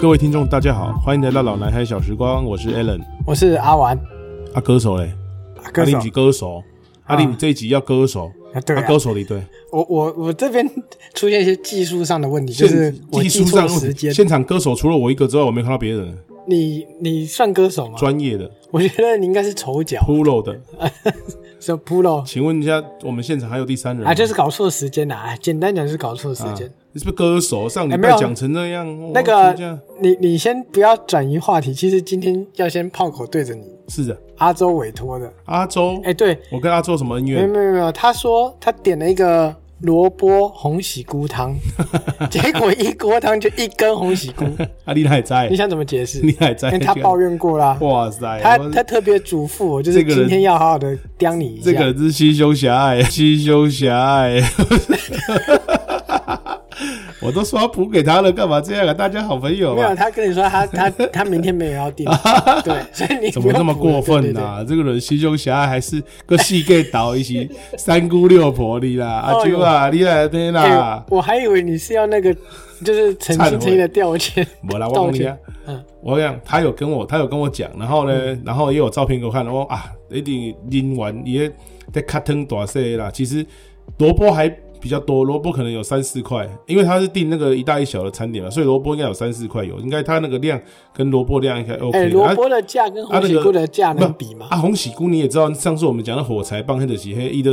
各位听众，大家好，欢迎来到老男孩小时光，我是 Alan。我是阿玩，啊，歌手嘞，啊歌啊、你手不是。歌手，阿啊力，你这一集要歌手，啊对啊啊歌手的对，我我我这边出现一些技术上的问题，就是我技记术错上的问时题间。现场歌手除了我一个之外，我没看到别人你你算歌手吗？专业的我觉得你应该是丑角， pro 的。是 pro 请问一下，我们现场还有第三人吗啊，就是搞错时间了啊。简单讲就是搞错时啊间。你是不是歌手？上礼哎没拜有讲成那样，我那个听一下你你先不要转移话题，其实今天要先炮口对着你，是的，阿周委托的。阿周，哎，对，我跟阿周什么恩没有怨？没有没有，他说他点了一个萝卜红喜 菇汤，结果一锅汤就一根红喜菇，阿力还在你，想怎么解释？ 你还在因为他这样抱怨过啦、哇塞，他我他特别嘱咐我，就是这个人今天要好好的刁你一下。这个是心胸狭 隘，心胸狭隘。我都说要补给他了，干嘛这样啊？大家好朋友没有，嘛，他跟你说他他他明天没有 要订，对，所以你怎不么用那么补了过分啊呢、？这个人心胸狭隘，还是个细 gay 倒一起三姑六婆你啦，阿哎呦舅啊，你来听对对对哎啦，我还以为你是要那个，就是诚心诚意的 道歉，我啦，我道跟你歉讲，。嗯，我讲他有跟我，他有跟我讲，然后呢，然后也有照片给我看，然后啊，一定拎完也在卡腾大细啦。其实萝卜还比较多，萝卜可能有三四块，因为他是订那个一大一小的餐点嘛，所以萝卜应该有三四块有，应该他那个量跟萝卜量应该 OK 哎，的。萝啊卜的价跟啊红那喜个菇的价不能比吗？啊，红喜菇你也知道，上次我们讲的火柴棒黑的喜黑一的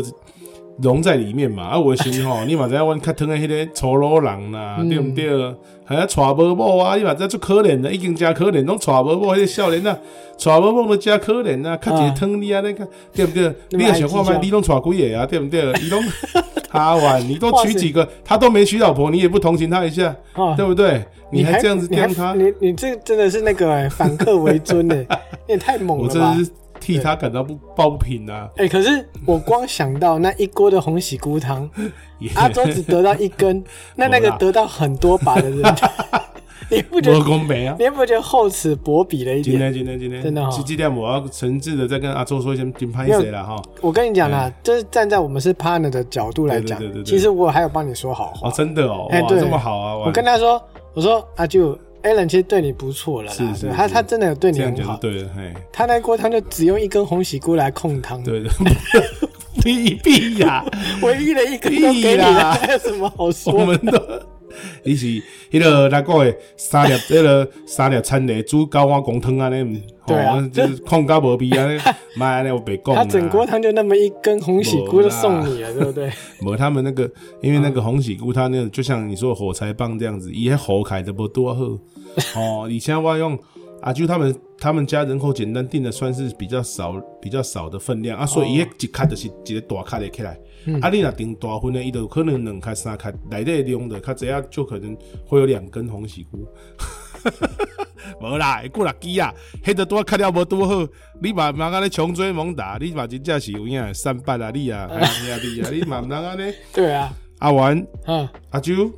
融在里面嘛。啊，我的心 吼，你嘛知影阮较疼的迄个粗鲁人啦，嗯对毋对？还要娶无某啊，你嘛知道足可怜的，已经诚可怜，拢娶无某迄个少年啊，娶无某都诚可怜啊，较一个汤你啊，那个对毋对？那你么也想看爱计卖较你拢娶几个啊，对毋对？伊 拢哈哇，你都哇娶塞几个，他都没娶老婆，你也不同情他一下，哦对不对？啊你还还这样子你还刁他，你你这真的是那个哎反客为尊 哎，你也太猛我了真吧的！是替他感到不抱不平啊！哎，可是我光想到那一锅的红喜菇汤， 也阿周只得到一根，那那个得到很多把的人，你不觉无得？公 平啊！你不觉得厚此薄彼了一今天点？今天今天真的哦是这点我要诚挚的再跟阿周说一声，真拍谁了哈？我跟你讲啦，这是站在我们是 partner 的角度来讲哎对对对对，对其实我还有帮你说好哦，话。真的哦，哎哇，对这么好啊！哇我跟他说，我说阿舅，Alan 其实对你不错了是啦，是对是他他真的有对你这样很讲好就。对了，嘿，他那锅汤就只用一根红喜菇来控汤，对 的，屁屁呀， 唯一的一根都给屁你啦了， 还有什么好我说？们 都。伊是迄个哪个的三粒，迄个三粒餐的煮高碗公汤安尼，吼对啊哦就是控到无比安尼， 妈安尼我白讲啊他啦。整锅汤就那么一根红喜菇就送你了，对不对？无，他们那个，因为那个红喜菇，它那个就像你说的火柴棒这样子，伊迄火开的不多好。 哦，以前我用啊，就他们他们家人口简单订的算是比较少比较少的分量啊，所以伊迄一卡就是一个大卡的起来。啊，你若订大份的，伊就可能两卡三卡，内底的量的较这样，就可能会有两根红喜菇。 无啦，会过六支啊，迄个拄啊卡了无拄好，你嘛毋通安尼穷追猛打，你嘛真正是有影三八啊你啊，哎呀你啊，你嘛毋通安尼。 对啊，阿玩嗯，阿 啾，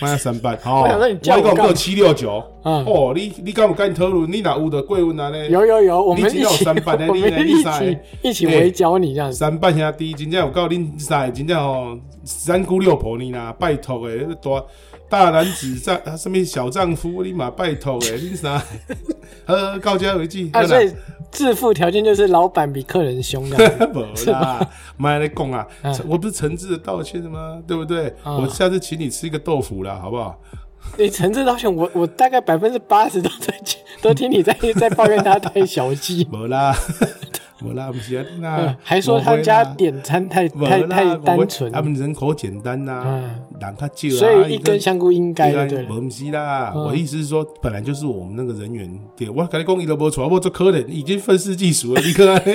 卖三百，哦吼，我想说你叫我一共干够嘛七六九，嗯哦，你你敢有跟你讨论，你哪有的贵问啊呢？有有有，我们你一只有起， 三班的我你来们你一三起个一起围剿你这样子。三百兄弟，真正有够恁三个真正吼三姑六婆你啦，拜托诶，那大大男子丈，啊什么小丈夫，你嘛拜托 诶，恁三个，呵，到家为止。好啊，啦所以致富条件就是老板比客人凶这样 无子。啦，妈来讲啊嗯，我不是诚挚的道歉的吗？对不对？嗯我下次请你吃一个豆腐啦，好不好？，你诚挚道歉，我我大概百分之八十都在 都听你在在抱怨他太小气无啦， 无啦，不是啊，那嗯，还说他家点餐太无啦太太单纯我，他啊们人口简单呐，嗯人较少啊，所以一根香香菇应该的，对了。无不是啦。嗯我的意思是说，本来就是我们那个人员，对我跟你讲，伊都无错，我做可能已经愤世嫉俗了，你看。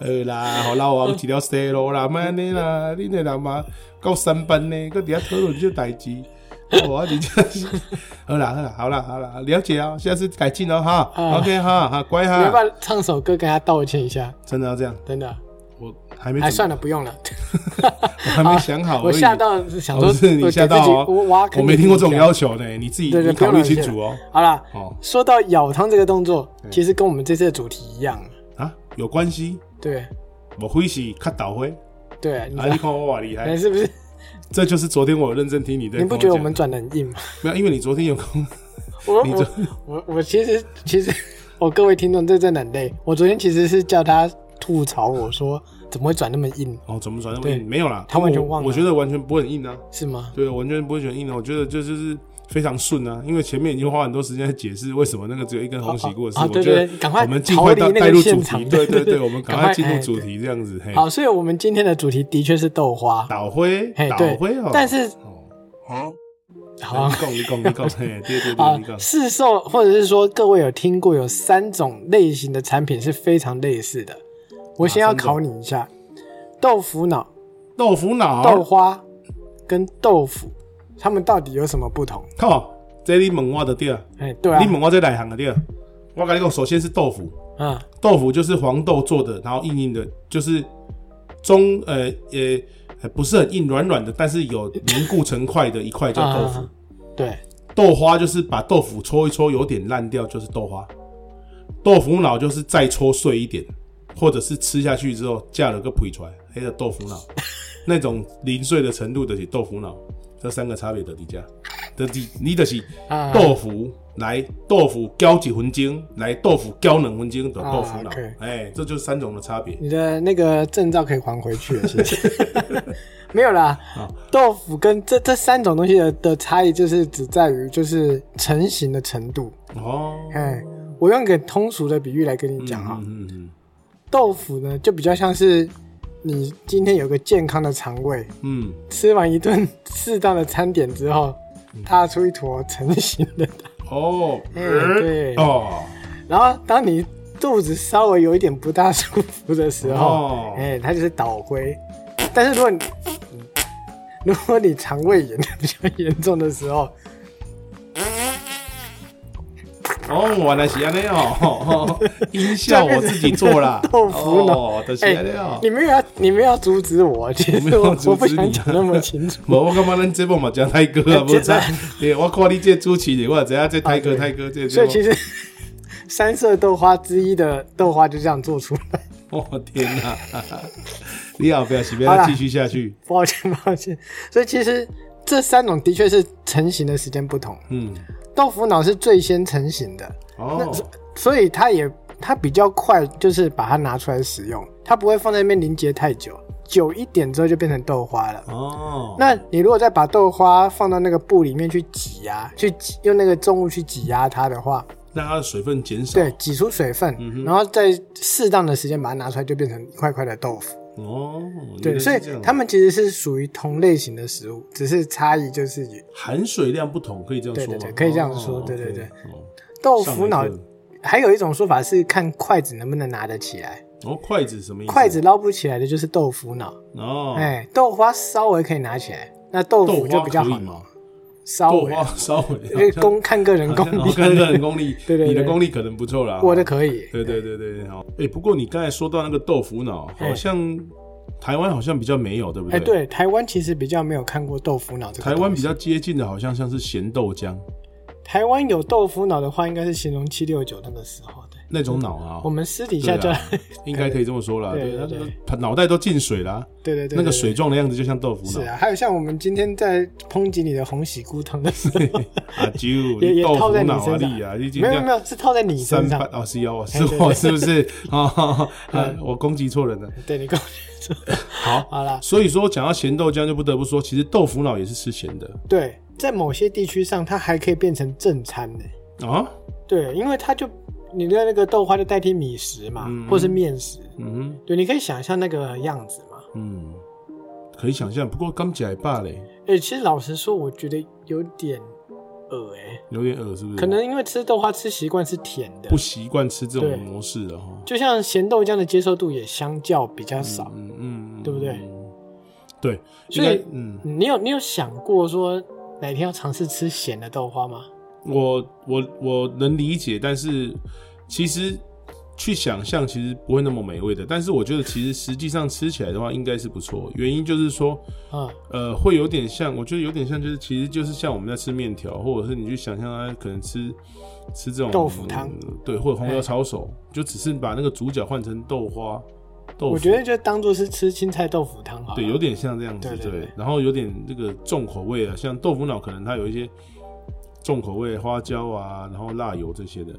好啦，好啦，我们一条蛇路啦，莫安尼 啦，恁的人嘛到三班呢，搁伫遐讨论这代志， 我真正是，好啦好啦好啦好啦，了解啊，下次改进哦哈嗯，OK 哈哈，乖你要不哈，要唱首歌跟他道歉一下？真的要这样，真的，我还没准哎，算了，不用了。啊我还啊没想好而已，我吓到想哦，说，不是你我吓给自到己哦，我挖我坑没听过这种给自己要求呢，你自己对对你考虑清楚哦。讲。好啦，哦说到咬汤这个动作，嗯其实跟我们这次的主题一样，啊，有关系，对我会是较倒灰，对，你知啊，道你看我哇厉害哎，，是不是？这就是昨天我有认真听你在你跟不讲。觉得我们转的很硬 吗？没有？因为你昨天有跟我我你这我我我其实其实我各位听众这真的很累。我昨天其实是叫他吐槽我说怎么会转那么硬，哦，怎么转那么对硬？没有啦，他完全我忘了我觉得完全不会很硬啊，是吗？对，完全不会觉得硬啊。我觉得这就是非常顺啊，因为前面已经花很多时间在解释为什么那个只有一根红喜菇的事。哦哦哦我对觉对得赶快我们尽快逃到离那个带入主现场题，对对对对对，对我们赶赶快快进入哎主对题这样子。嘿，好，所以我们今天的主题的确是豆花，倒灰，嘿倒对灰哦。但是哦，好你讲你讲你讲，嘿， 对对对，啊你，讲。市售或者是说各位有听过有三种类型的产品是非常类似的。我先要哪三种考你一下，豆腐脑、豆腐脑，豆花跟豆腐，它们到底有什么不同？靠，这你问我就对了，哎，对啊你，问我这哪行的对了。我跟你讲，首先是豆腐，嗯，豆腐就是黄豆做的，然后硬硬的，就是中呃也不是很硬，软软的，但是有凝固成块的一块叫豆腐。啊对，豆花就是把豆腐搓一搓，有点烂掉就是豆花。豆腐脑就是再搓碎一点，或者是吃下去之后架了个皮出来，黑的豆腐 脑，那种零碎的程度的是豆腐脑。这三个差别的底价，的底你的是啊豆腐来豆腐浇几分钟，来豆腐浇两分钟的豆腐脑啊，OK，哎，这就是三种的差别。你的那个证照可以还回去了，谢谢。没有啦啊，豆腐跟这这三种东西的的差异就是只在于就是成型的程度。哦，哎，我用一个通俗的比喻来跟你讲哈，嗯嗯嗯豆腐呢就比较像是你今天有个健康的肠胃，嗯，吃完一顿适当的餐点之后，嗯踏出一坨成型的蛋。哦，哎对哦，然后当你肚子稍微有一点不大舒服的时哦候，哎、它就是倒灰。但是如果你如果你肠胃炎比较严重的时候，哦，原来是安尼 哦，音效我自己做啦，豆腐脑哦，就是哎、安尼哦。你们要你们要阻止我，其没实有我阻止我不想你。讲那么清楚 无，我感觉咱这部嘛讲泰哥啊，无 真的差。 对，我看你这主持人，我也知影这泰哥 啊对泰哥这这所 以其部。实 三色豆花之一的豆花就这样做出来。我哦天哪！ 你好，不要随便好啦继续下去。抱歉抱歉，所以其实这三种的确是成型的时间不同，嗯，豆腐脑是最先成型的。哦，所以它也它比较快，就是把它拿出来使用，它不会放在那边凝结太久，久一点之后就变成豆花了。哦，那你如果再把豆花放到那个布里面去挤压，去挤用那个重物去挤压它的话，让它的水分减少。对，挤出水分，嗯然后在适当的时间把它拿出来，就变成一块块的豆腐。哦，原对，来所以是这样它们其实是属于同类型的食物，只是差异就是含水量不同，可以这样对说对吗？对可以这样哦说对对 OK，对哦豆腐脑上了一。还有一种说法是看筷子能不能拿得起来，哦，筷子什么意思？筷子捞不起来的就是豆腐脑。哦，哎，豆花稍微可以拿起来，那豆豆腐就花比较可好以，吗？稍豆微花稍微因 为功看个 人功好力。像个人功力，对对对你的功力可能不错啦。 我的可以，对对对对对，好。哎，不过你刚才说到那个豆腐脑，哎好像台湾好像比较没有，对不哎，对？。对，台湾其实比较没有看过豆腐脑这个台东西。湾比较接近的，好像像是咸豆浆台湾有豆腐脑的话，应该是形容七六九那个时候的。那种脑啊嗯我，们私底对下啊叫， 应该可以这么说啦。对对，对它对那个脑袋都进水啦，对对对，那个对水状的样子就像豆腐对脑是。啊，还有像我们今天在抨击你的红喜菇汤的时候，阿舅， 也啊你也豆套腐在你脑啊身上你啊，你今没有没有没天有，是套在你三身八上。哦是哦，是哎对嗯我对是不是？ 哦，啊我攻击错人了。对你跟我说 好，好啦，所以说，讲到咸豆浆，就不得不说，其实豆腐脑也是吃咸的对，在某些地区上，它还可以变成正餐呢。啊。对，因为它就你的那个豆花就代替米食嘛，嗯或是面食。嗯对，你可以想象那个样子嘛。嗯，可以想象。不过刚起来罢嘞，哎、其实老实说，我觉得有点恶哎、有点恶，是不是？可能因为吃豆花吃习惯是甜的不，习惯吃这对种模式了哈。就像咸豆浆的接受度也相较比较少。嗯嗯，嗯对不对？对，所以应该嗯，你有你有想过说哪天要尝试吃咸的豆花吗？我我我能理解，但是其实去想象其实不会那么美味的。但是我觉得其实实际上吃起来的话，应该是不错。原因就是说，嗯，呃，会有点像，我觉得有点像，就是其实就是像我们在吃面条，或者是你去想象它可能吃吃这种豆腐汤哎嗯对，或者红油抄手，就只是把那个主角换成豆花、豆腐，我觉得就当做是吃青菜豆腐汤好了。对，有点像这样子，对对对然后有点这个重口味啊，像豆腐脑可能它有一些重口味，花椒啊，然后辣油这些的。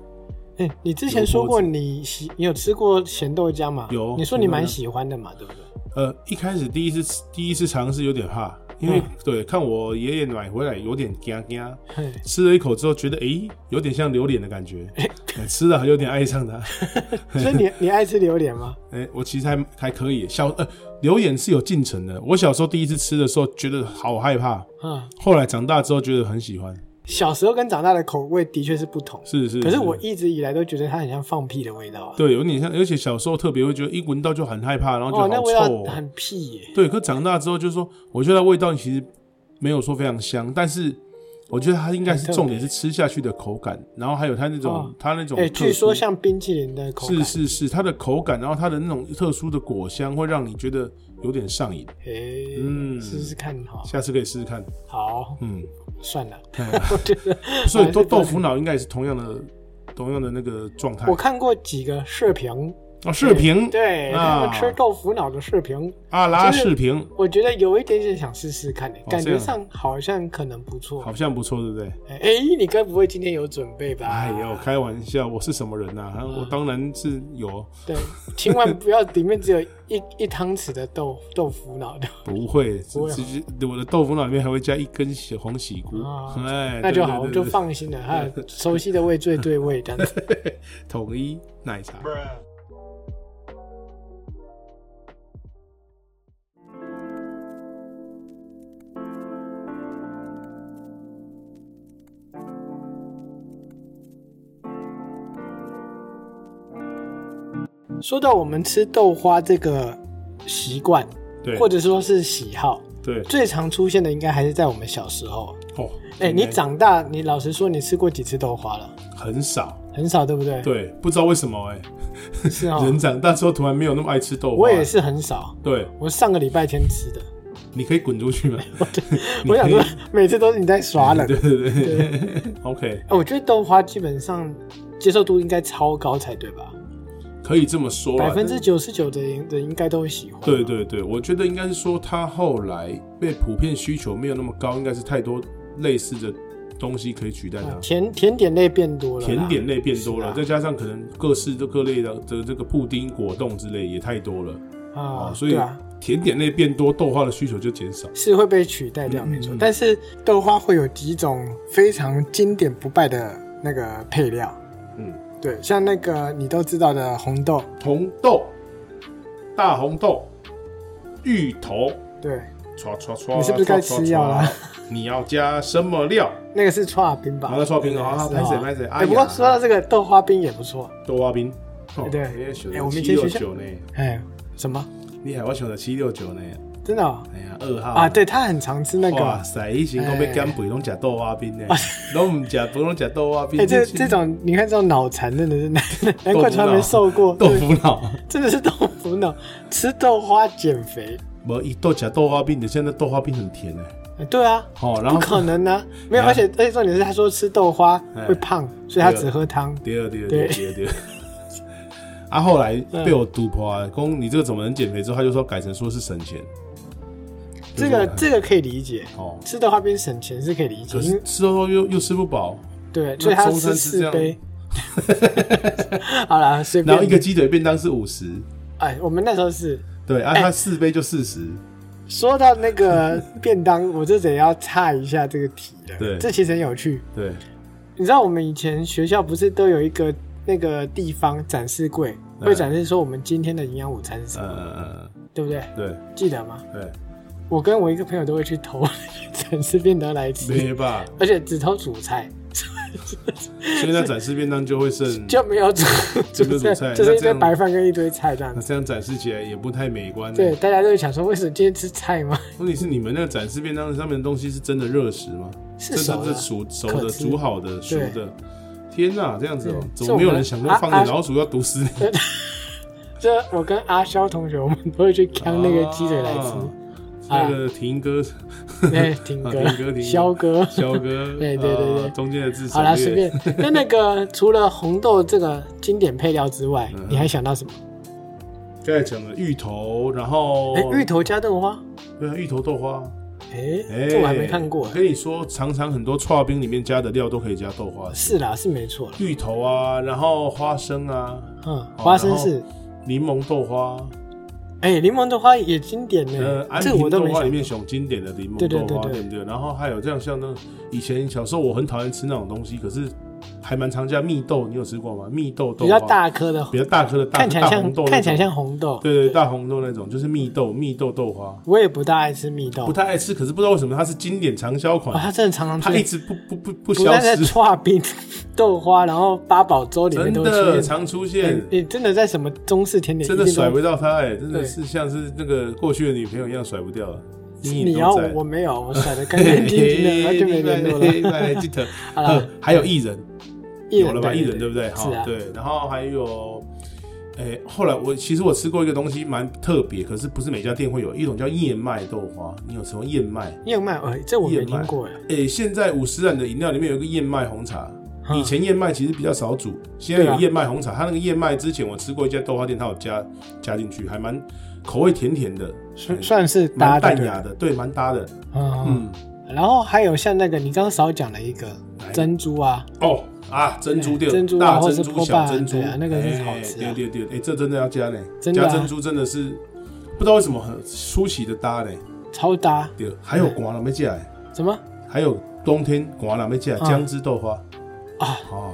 哎、你之前说过你喜，你有吃过咸豆浆吗？有你说你咸蛮豆浆喜欢的嘛，对不对？呃，一开始第一次吃第一次尝试有点怕，因为、嗯对看我爷爷买回来有点干干，嘿吃了一口之后觉得诶、有点像榴莲的感 觉，呃吃了还有点爱上它。所以你你爱吃榴莲吗？ 哎、我其实还还可以，小呃榴莲是有进程的。我小时候第一次吃的时候觉得好害怕，嗯，后来长大之后觉得很喜欢。小时候跟长大的口味的确是不同，是是可是我一直以来都觉得它很像放屁的味道啊。对有点像，而且小时候特别会觉得一闻到就很害怕，然后哦，觉得那好味臭、道哦。很屁耶。对，可长大之后就是说，我觉得它味道其实没有说非常香，但是我觉得它应该是很特别重点是吃下去的口感，然后还有它那种、哦它那种哎、特殊。据说像冰淇淋的口感是，是是，它的口感，然后它的那种特殊的果香，会让你觉得有点上瘾。哎、嗯试试看哈。下次可以试试看。好，嗯，算了，哎我觉得所以还是豆不豆腐脑应该也是同样的同样的那个状态我看过几个视频，哦，视频对、他啊们吃豆腐脑的视频，阿拉就是视频我觉得有一点点想试试看、欸，感这觉样上好像可能不错。啊好像不错，对不对？哎、你该不会今天有准备吧？哎呦，开玩笑，我是什么人呐、啊？我当然是有，对，千万不要里面只有一一汤匙的豆豆腐脑的，不会不会啊直接我的豆腐脑里面还会加一根小红喜菇啊，哎，那就对好，我对就对放心了。还有熟悉的味最对味，这样子。对统一奶茶。说到我们吃豆花这个习惯，对，或者说是喜好，对最常出现的应该还是在我们小时候。哦，哎、应你该长大，你老实说，你吃过几次豆花了？很少，很少，对不对？对，不知道为什么哎、是哦，人长大之后突然没有那么爱吃豆花。我也是很少。对，我上个礼拜天吃的，你可以滚出去嘛。 我想说你，每次都是你在耍 冷。对对对 o k 哎我觉得豆花基本上接受度应该超高才对吧？可以这么说啦百分之九十九的人人应该都会喜欢。对，对对，我觉得应该是说它后来被普遍需求没有那么高，应该是太多类似的东西可以取代它。甜甜点类变多了啦，甜点类变多了，是再加上可能各式各类的的这个布丁、果冻之类也太多了啊，哦所以对啊，甜点类变多，豆花的需求就减少。是会被取嗯代掉，没错。但是豆花会有几种非常经典不败的那个配料，嗯，对，像那个你都知道的红豆，红豆、大红豆、芋头，对，唰唰唰，你是不是该吃药了唰？唰唰你要加什么料？那个是刨冰吧？好那刨冰哦啊对拍是谁哦拍谁哎哎不过呀说到这个豆花冰也不错，豆花冰。哦 对你也想哎我们以前七六学校九呢，哎，什么？你还我想到七六九呢，真的哦哎呀二号啊？对他很常吃那个，哎啊哇塞！以前我要减肥，拢食豆花冰呢，拢唔食，不拢食豆花冰。哎，这这种你看这种脑残真的 是难难怪从来没瘦过， 豆对 腐脑，真的是豆腐脑，吃豆花减肥。无一豆食豆花冰，你现在豆花冰很甜呢。哎对啊，哦，然不后可能呢、没有，对啊而且而且重点是他说吃豆花哎会胖，所以他只喝汤。对了对了对对嗯了对了 对了。啊，后来被我突破啊，公你这个怎么能减肥？之后他就说改成说是省钱。这个就是这个可以理解，哦，吃豆花边省钱是可以理解，可因是为吃豆又又吃不饱，对，所以他中餐吃是这四样杯。 好啦，随便。然后一个鸡腿便当是五十，哎，我们那时候是对啊，哎他四杯就四十，说到那个便当，我这得要岔一下这个题了。对这其实很有趣。对，你知道我们以前学校不是都有一个那个地方展示柜，嗯会展示说我们今天的营养午餐是什么，呃，对不对？对记得吗？对，我跟我一个朋友都会去偷 展示便当来吃。没 吧？而且只偷主菜，所以那展示便当就会剩， 就没有主只有主主菜，菜就是那一这堆样嗯白饭跟一堆菜这样那子。这样展示起来也不太美观。对，，大家都会想说，为什么今天吃菜吗？问题是你们那个展示便当上面的东西是真的热食吗？是啊真熟的的是，熟熟的、可吃煮好的、熟的。天呐，这样子哦、嗯怎么没有人想过放点啊啊老鼠要毒死 你？这我跟阿肖同学，我们都哦会去扛那个鸡腿来啊吃。啊那个婷哥、 哎，听啊哥婷哥婷哥、肖哥，肖哥， 对对对对啊中间的字省好啦，略随便。 那嗯那个除了红豆这个经典配料之外，你还想到什么？刚才讲的芋头，然后哎、芋头加豆花，对啊，芋头豆花，哎、哎，这我还没看过我。跟你说，常常很多刨冰里面加的料都可以加豆花，是啦，是没错啦。芋头啊，然后花生啊，嗯，好花生是，柠檬豆花，哎、柠檬豆花也经典呢、呃，安这个我平都豆没花想里面熊经典的柠檬对对豆花，对对不对？然后还有这样像那以前小时候我很讨厌吃那种东西，可是还蛮常加蜜豆，你有吃过吗？蜜豆豆比较花大颗的，比较大颗的大看起来大红豆像那种，看起来像红豆。对对大红豆那种，就是蜜豆蜜豆豆花，我也不大爱吃蜜豆，不太爱吃，可是不知道为什么它是经典畅销哇，款，哦它真的常常出它一直不不不不不消但在失，串冰、豆花，然后八宝粥里面真都会出的现。常出你现。你真的在什么中式甜点真的一定都甩不掉它哎、真的对是像是那个过去的女朋友一样甩不掉了。阴你影要都在我我没有，我甩的干干净净 的，然后就没联络了。 来记得，好啦呃还有艺人，艺有人了吧？艺人对对不对？是啊好，，对。然后还有，诶，后来我其实我吃过一个东西蛮特别，可是不是每家店会有，一种叫燕麦豆花，你有吃过燕麦？燕麦，哎，这我没燕麦听过哎。诶，现在五十岚的饮料里面有一个燕麦红茶。嗯以前燕麦其实比较少煮，现在对有啊燕麦红茶。它那个燕麦之前我吃过一家豆花店，它有加加进去，还蛮口味甜甜的，算哎算是搭蛮的淡雅的，对，蛮搭的。对嗯，嗯，嗯然后还有像那个你刚刚少讲了一个哪一个珍珠啊，哦啊，珍珠店、哎珍珠啊大或是珍珠、波小霸珍珠，对啊那个是好吃啊哎对对对，哎、这真的要加呢，真的啊加珍珠真的是不知道为什么很出奇的搭呢。超搭。对，还嗯有瓜朗没加，什么啊还有冬天瓜朗没加嗯姜汁豆花啊？哦，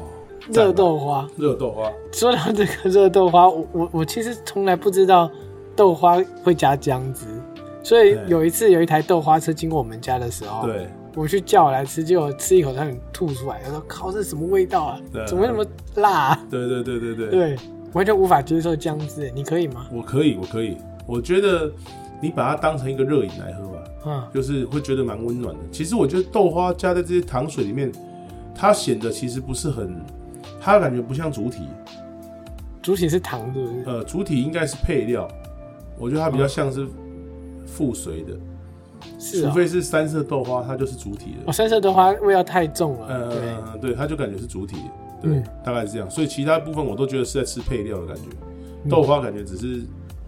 赞热豆花。热豆花，说到这个热豆花，我我我其实从来不知道豆花会加姜汁，所以对有一次有一台豆花车经过我们家的时候，对，我去叫我来吃，结果吃一口差点吐出来，他说：“靠，这什么味道啊对？怎么会那么辣、啊？”对对对对对，对，完全无法接受姜汁，你可以吗？我可以，我可以，我觉得你把它当成一个热饮来喝吧，嗯，就是会觉得蛮温暖的。其实我觉得豆花加在这些糖水里面，它显得其实不是很，它感觉不像主体。主体是糖，是不是？呃，主体应该是配料，我觉得它比较像是附随的，是除啊、非是三色豆花，它就是主体哦，的。三色豆花味道太重了，对，呃，对，它就感觉是主体的，对，嗯大概是这样。所以其他部分我都觉得是在吃配料的感觉，豆花感觉只是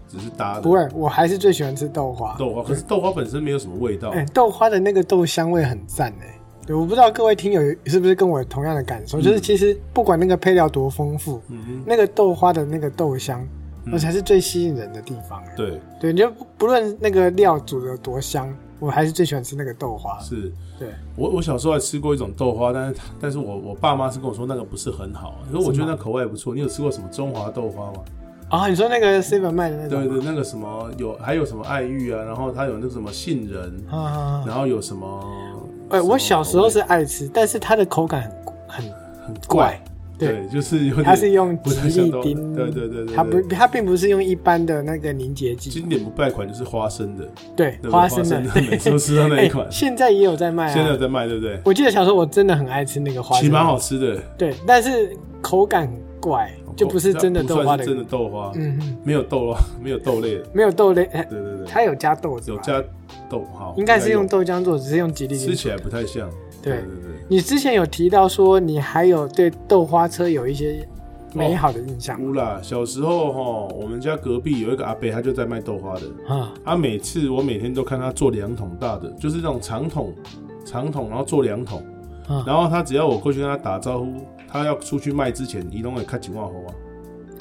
只是搭的嗯不会，我还是最喜欢吃豆花。豆花，可是豆花本身没有什么味道哎、。豆花的那个豆香味很赞哎、对我不知道各位听友是不是跟我有同样的感受，就是其实不管那个配料多丰富，嗯，那个豆花的那个豆香，嗯那才是最吸引人的地方、哎对，对，你就不不论那个料煮的多香，我还是最喜欢吃那个豆花。是对，我我小时候还吃过一种豆花，但是但是我我爸妈是跟我说那个不是很好，可是我觉得那口味还不错。你有吃过什么中华豆花吗？啊、你说那个 seven 卖的那种对吗，对，那个什么有还有什么爱玉啊，然后它有那个什么杏仁，啊啊，啊然后有什么？哎、什么我小时候是口爱吃，但是它的口感很很味很怪怪，，对对，就是有点它是用不吉太像利豆花丁，对对对对，它不对它并不是用一般的那个凝结剂，经典不败款就是花生的，对对不对花生生的， 每次都吃到那一款哎，现在也有在卖啊。现在有在卖对不对？我记得小时候我真的很爱吃那个花其实生，蛮好吃的，对，但是口感很怪，就不是真的豆不花算的是，真的豆花，嗯，嗯没有豆了， 没有豆类的，没有豆类，哎对对对，它有加豆子吧，有加豆好，应该是用有豆浆做，只是用吉利丁吃。起来不太像，对对对，你之前有提到说你还有对豆花车有一些美好的印象乌啦，小时候哈，我们家隔壁有一个阿伯，他就在卖豆花的，啊，他每次我每天都看他做两桶大的，就是那种长桶，长桶，然后做两桶。嗯然后他只要我过去跟他打招呼，他要出去卖之前，伊拢会看几万猴啊，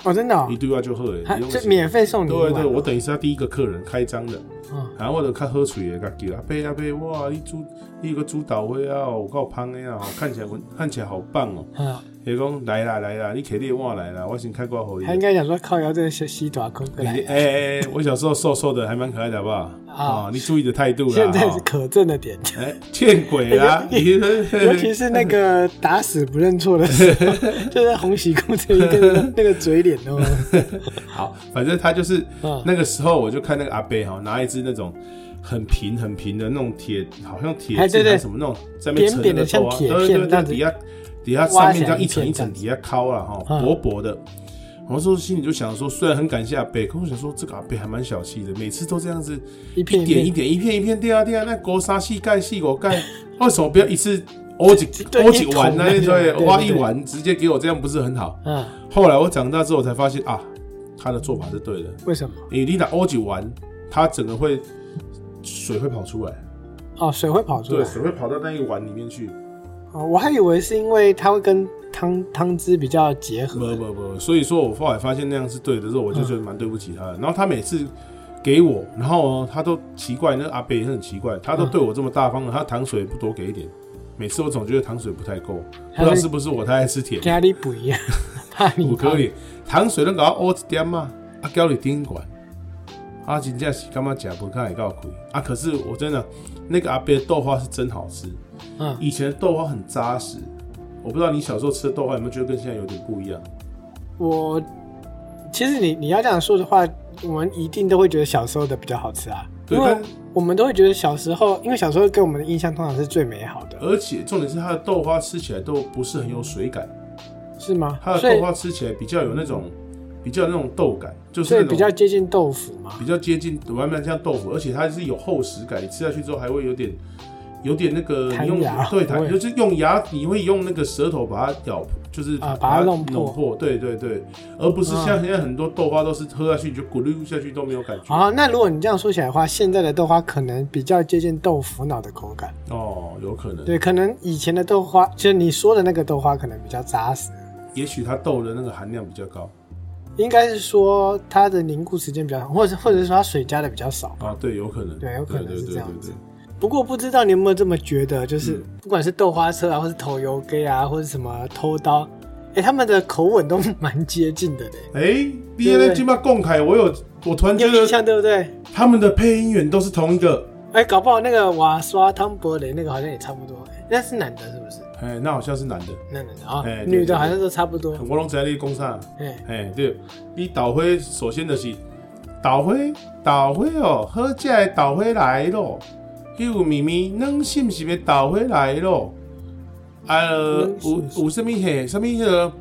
哦，真的哦一，对外就喝诶它。就免费送你一碗对对，我等于是他第一个客人开张的，嗯然后我就看喝水的，甲叫阿伯阿伯，哇，你煮你有个煮豆花啊，有够香的啊，看起来看起来好棒哦、嗯，伊讲来啦来啦，你摕你的碗来啦，我先开挂互你他。应该想说靠腰这个小西爪口哎过来，哎哎，我小时候瘦瘦的，还蛮可爱的，好不好？啊啊，你啊注意的态度啦。现在哈是可憎 的点，哎，见鬼 啦！你 尤其是那个打死不认错的时候，就是红喜公这一个那个嘴脸 哦，好，反正他就是嗯那个时候，我就看那个阿贝哈拿一支那种很平很平的那种铁，好像铁哎对质对还是什么那种，在那边盛扁扁的那个豆啊，像铁对对片这对，样子底下底下挖上起面来这样一一层片一这样层子底下敲了哈，嗯薄薄的。我那时候心里就想说，虽然很感谢阿贝，可我想说这个阿贝还蛮小气的，每次都这样子一一片点一片，点一片一片掉啊掉啊，那勾沙细盖细狗 盖，为什么不要一哦次欧几对欧几一碗桶呢？的对，对挖对一对碗直接给我，这样不是很好？嗯，后来我长大之后才发现啊，他的做法是对的。为什么？你你打欧几完，它整个会水会跑出来，哦，水会跑出对，来。水会跑到那一碗里面去。哦，我还以为是因为它会跟汤汤汁比较结合。不不不，所以说我后来发现那样是对的时候，我就觉得蛮对不起他的。然后他每次给我，然后呢哦他都奇怪，那阿北也很奇怪，他嗯都对我这么大方了，他糖水不多给一点。每次我总觉得糖水不太够，不他知是道是不是我太爱吃甜，家里不一样， 怕你有可胖能糖水都搞我欧一点嘛，啊交你顶管，啊真正是感觉吃不开也够亏啊。可是我真的那个阿伯的豆花是真好吃，嗯，以前的豆花很扎实，我不知道你小时候吃的豆花有没有觉得跟现在有点不一样。我其实你你要这样说的话，我们一定都会觉得小时候的比较好吃啊，对因为但我们都会觉得小时候，因为小时候给我们的印象通常是最美好的，而且重点是它的豆花吃起来都不是很有水感，是吗它？的所以豆花吃起来比较有那种比较有那种豆感，就是所那以种比较接近豆腐嘛。比较接近外面像豆腐，而且它是有厚实感，你吃下去之后还会有点有点那个弹你用牙对我弹，也就是用牙你会用那个舌头把它咬，就是啊把它把弄破破，对对对，而不是像嗯现在很多豆花都是喝下去你就咕噜下去都没有感觉啊，那如果你这样说起来的话，现在的豆花可能比较接近豆腐脑的口感。哦，有可能，对，可能以前的豆花，就是你说的那个豆花，可能比较扎实，也许它豆的那个含量比较高应该是说它的凝固时间比较长，或者或者是说它水加的比较少。啊，对，有可能，对有可能对是对这对样子对不过不知道你有没有这么觉得，就是嗯不管是豆花车啊，或是头油羹啊，或是什么偷刀，哎、他们的口吻都蛮接近的嘞。哎、你现在今麦共凯，我有，我突然你觉有印得象对不对？他们的配音员都是同一个。哎、搞不好那个瓦刷汤博雷那个好像也差不多，诶那是男的是不是？哎、那好像是男的，那男的啊，哎对女的好像都差不多。我拢知道你讲啥。哎、哎、对，你导灰首先就是导灰，导灰哦，好食的导灰来咯。迄有咪咪，软是毋是要导灰来咯？啊，呃软是有不是有什物嘿，什物迄个，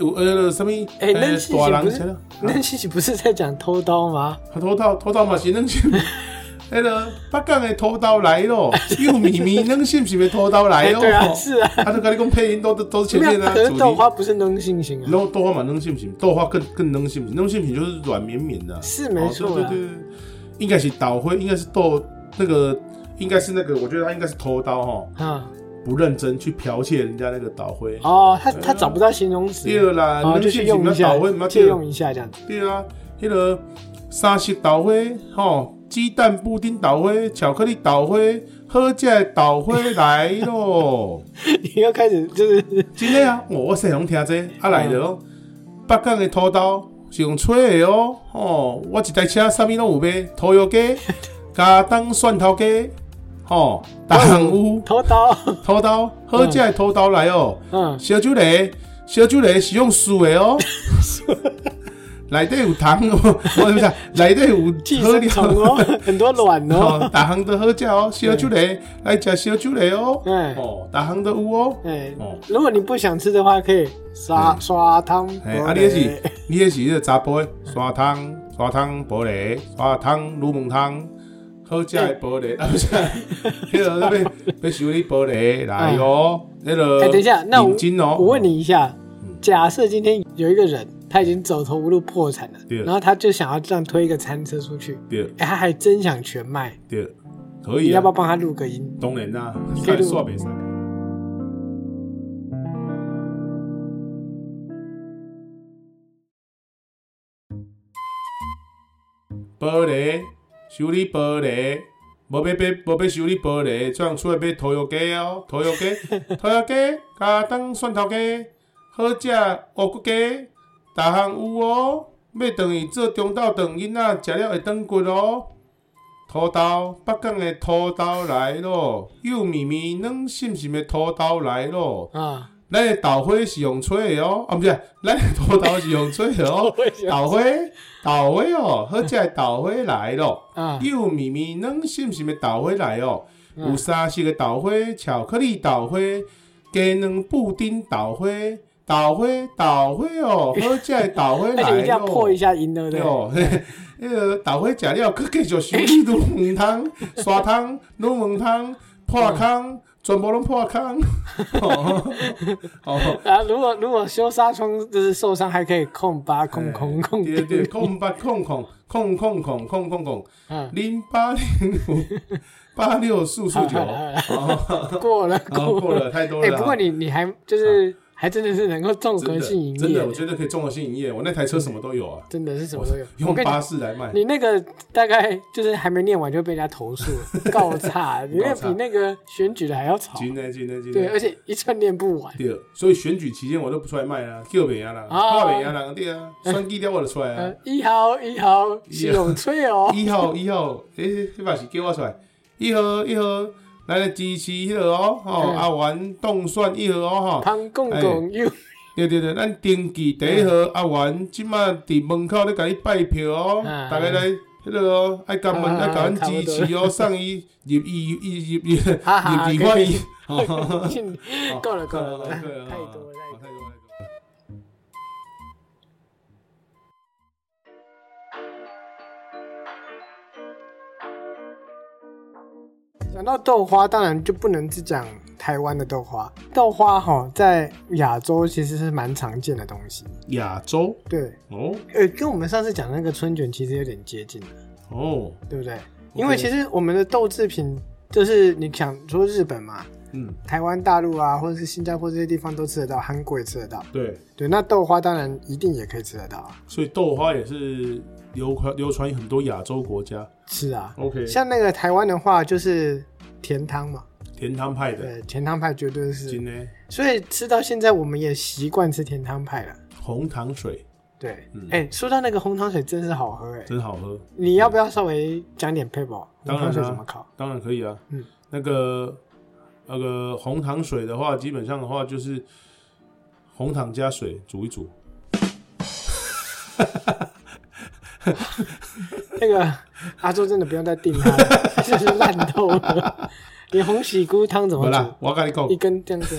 有有呃什物？哎软是不是大不人是吃啊了那其实不是在讲偷刀吗？偷刀偷刀嘛是恁是，迄个北港的偷刀来咯，幼咪咪恁是不是要偷刀来咯？对啊，是啊。他就跟你讲配音都都都是哎前没面的有，啊可主是豆题。花不是能性型啊，豆豆花嘛能性品，豆花更更能性品，能性品就是软绵绵的啊、是没错哦啦对对对，对应该是导灰，应该是豆那个，应该是那个，我觉得他应该是偷刀哈，啊、不认真去剽窃人家那个导灰。哦，他他找不到形容词，对啦，哦，能就性去品用要一下导灰，，要借对用一下这样子， 对啊，迄、个三色豆花，吼、鸡蛋布丁豆花，巧克力豆花，好食的豆花来咯！你又开始就是真的啊，我我细拢听这啊来了、哦，嗯北港的土豆是用吹的哦，吼、我一台车啥物拢有卖，土油 鸡、加当蒜头鸡，吼、哦大红屋偷刀，土豆，好食的土豆来哦！嗯，小酒雷，小酒雷是用素的 哦，内底有糖哦，我不 是，内底寄有生虫哦，很多卵哦， 哦， 大行都好食哦，小酒雷嗯来吃小酒雷哦，哎哦，大行都有哦，哎哦，如果你不想吃的话，可以刷刷汤哎，啊你也是，你也是那个查甫的，沙汤沙汤玻璃，沙汤卤蒙汤。好食的玻 璃，啊不是，迄个要要收你玻璃来哦，那个 哎，等一下，那我领巾哦，我问你一下嗯，假设今天有一个人他已经走投无路破产了对，然后他就想要这样推一个餐车出去，对哎，他还真想全卖，对，可你以要啊不要，帮他录个音？当然啦，可算以录算袂使。玻璃，修理玻璃，无要要无要修理玻璃，这样出来买土油鸡哦，土油鸡，土油鸡，加当蒜头鸡，好食乌骨鸡，逐项有哦。要等伊做中昼顿，囡仔食了会转骨哦。土豆，北港的土豆来咯，幼绵绵软心心的土豆来咯。啊，。咱的豆花是用吹的哦，啊不是，咱的土豆是用吹的哦 我也想豆花，豆花哦，好食的豆花来咯，啊，幼绵绵软心心的豆花来哦。嗯有三色的豆花，巧克力豆花，鸡卵布丁豆花，豆花豆花哦，好食的豆花 而且一定来要破咯一。下音，对不对？哦，迄个豆花食了，佮继续收起卤饭汤、沙汤、卤饭汤、破空、 全部拢破空。哦，哦啊，如果如果修纱窗就是受伤还可以控吧，控控控对哎对， 空八空空空空空空空空嗯，零八零五八六四四 九，啊哦，过了好啊过过了，太多哎、了。不过你你还就是、还真的是能够综真合的性营业，真的，我觉得可以综合性营业。我那台车什么都有啊，真的是什么我都有。我用跟你巴士来卖。你那个大概就是还没念完就被人家投 诉告差，你那告比差那个选举的还要吵。今天今天今对，天而。且一串念不完。 对，所以选举期间我都不出来卖啦，叫别人啦，啊画别人啦，对 啊，选举了我就出来啊呃。，一号一号是永翠哦，一号一号，诶，迄嘛是叫我出来，一号一号，咱来支持迄个哦，吼，嗯阿元当选一号哦，吼，潘公公又对对对，咱登记第一号哎阿元，即马伫门口咧甲你拜票哦啊，大家来迄个哦，爱感恩，啊爱感恩差不支多 持哦，送伊入伊伊入伊入哈哈立可法以 院，哦够了够了哎哦够了，对啊太多了好太多了。太多了讲到豆花，当然就不能只讲台湾的豆花。豆花哈，在亚洲其实是蛮常见的东西。亚洲对，哦呃，跟我们上次讲那个春卷其实有点接近的，哦，对不对？因为其实我们的豆制品，就是你想说日本嘛，嗯，台湾、大陆啊，或者是新加坡这些地方都吃得到，韩国也吃得到。对，对，那豆花当然一定也可以吃得到啊。所以豆花也是流传流传于很多亚洲国家。是啊， OK，像那个台湾的话，就是甜汤嘛，甜汤派的，对，甜汤派绝对是今，天所以吃到现在我们也习惯吃甜汤派了。红糖水对，哎、嗯说到那个红糖水真是好喝哎、真好喝，你要不要稍微讲点配宝？红当然糖水啦怎么烤？当然可以啊。嗯，那个那个红糖水的话，基本上的话就是红糖加水煮一煮， 那个阿周真的不用再订它了，这是烂透了。你红喜菇汤怎好么啦煮？，我跟你讲一，根这样 子。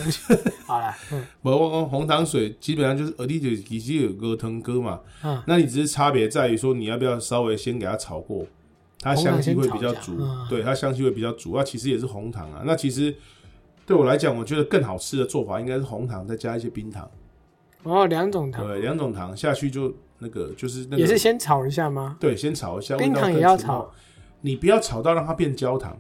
好了，嗯无我讲红糖水基本上就是呃，你就其实有鹅汤哥嘛，嗯，那你只是差别在于说你要不要稍微先给它炒过，它香气会比较足红糖先炒一下嗯，对，它香气会比较足。那其实也是红糖啊。那其实对我来讲，我觉得更好吃的做法应该是红糖再加一些冰糖，哦，两种汤对，两种糖下去就那个就是那也是个先炒一下吗？对，先炒一下，冰糖味道更也要出冒炒。你不要炒到让它变焦糖，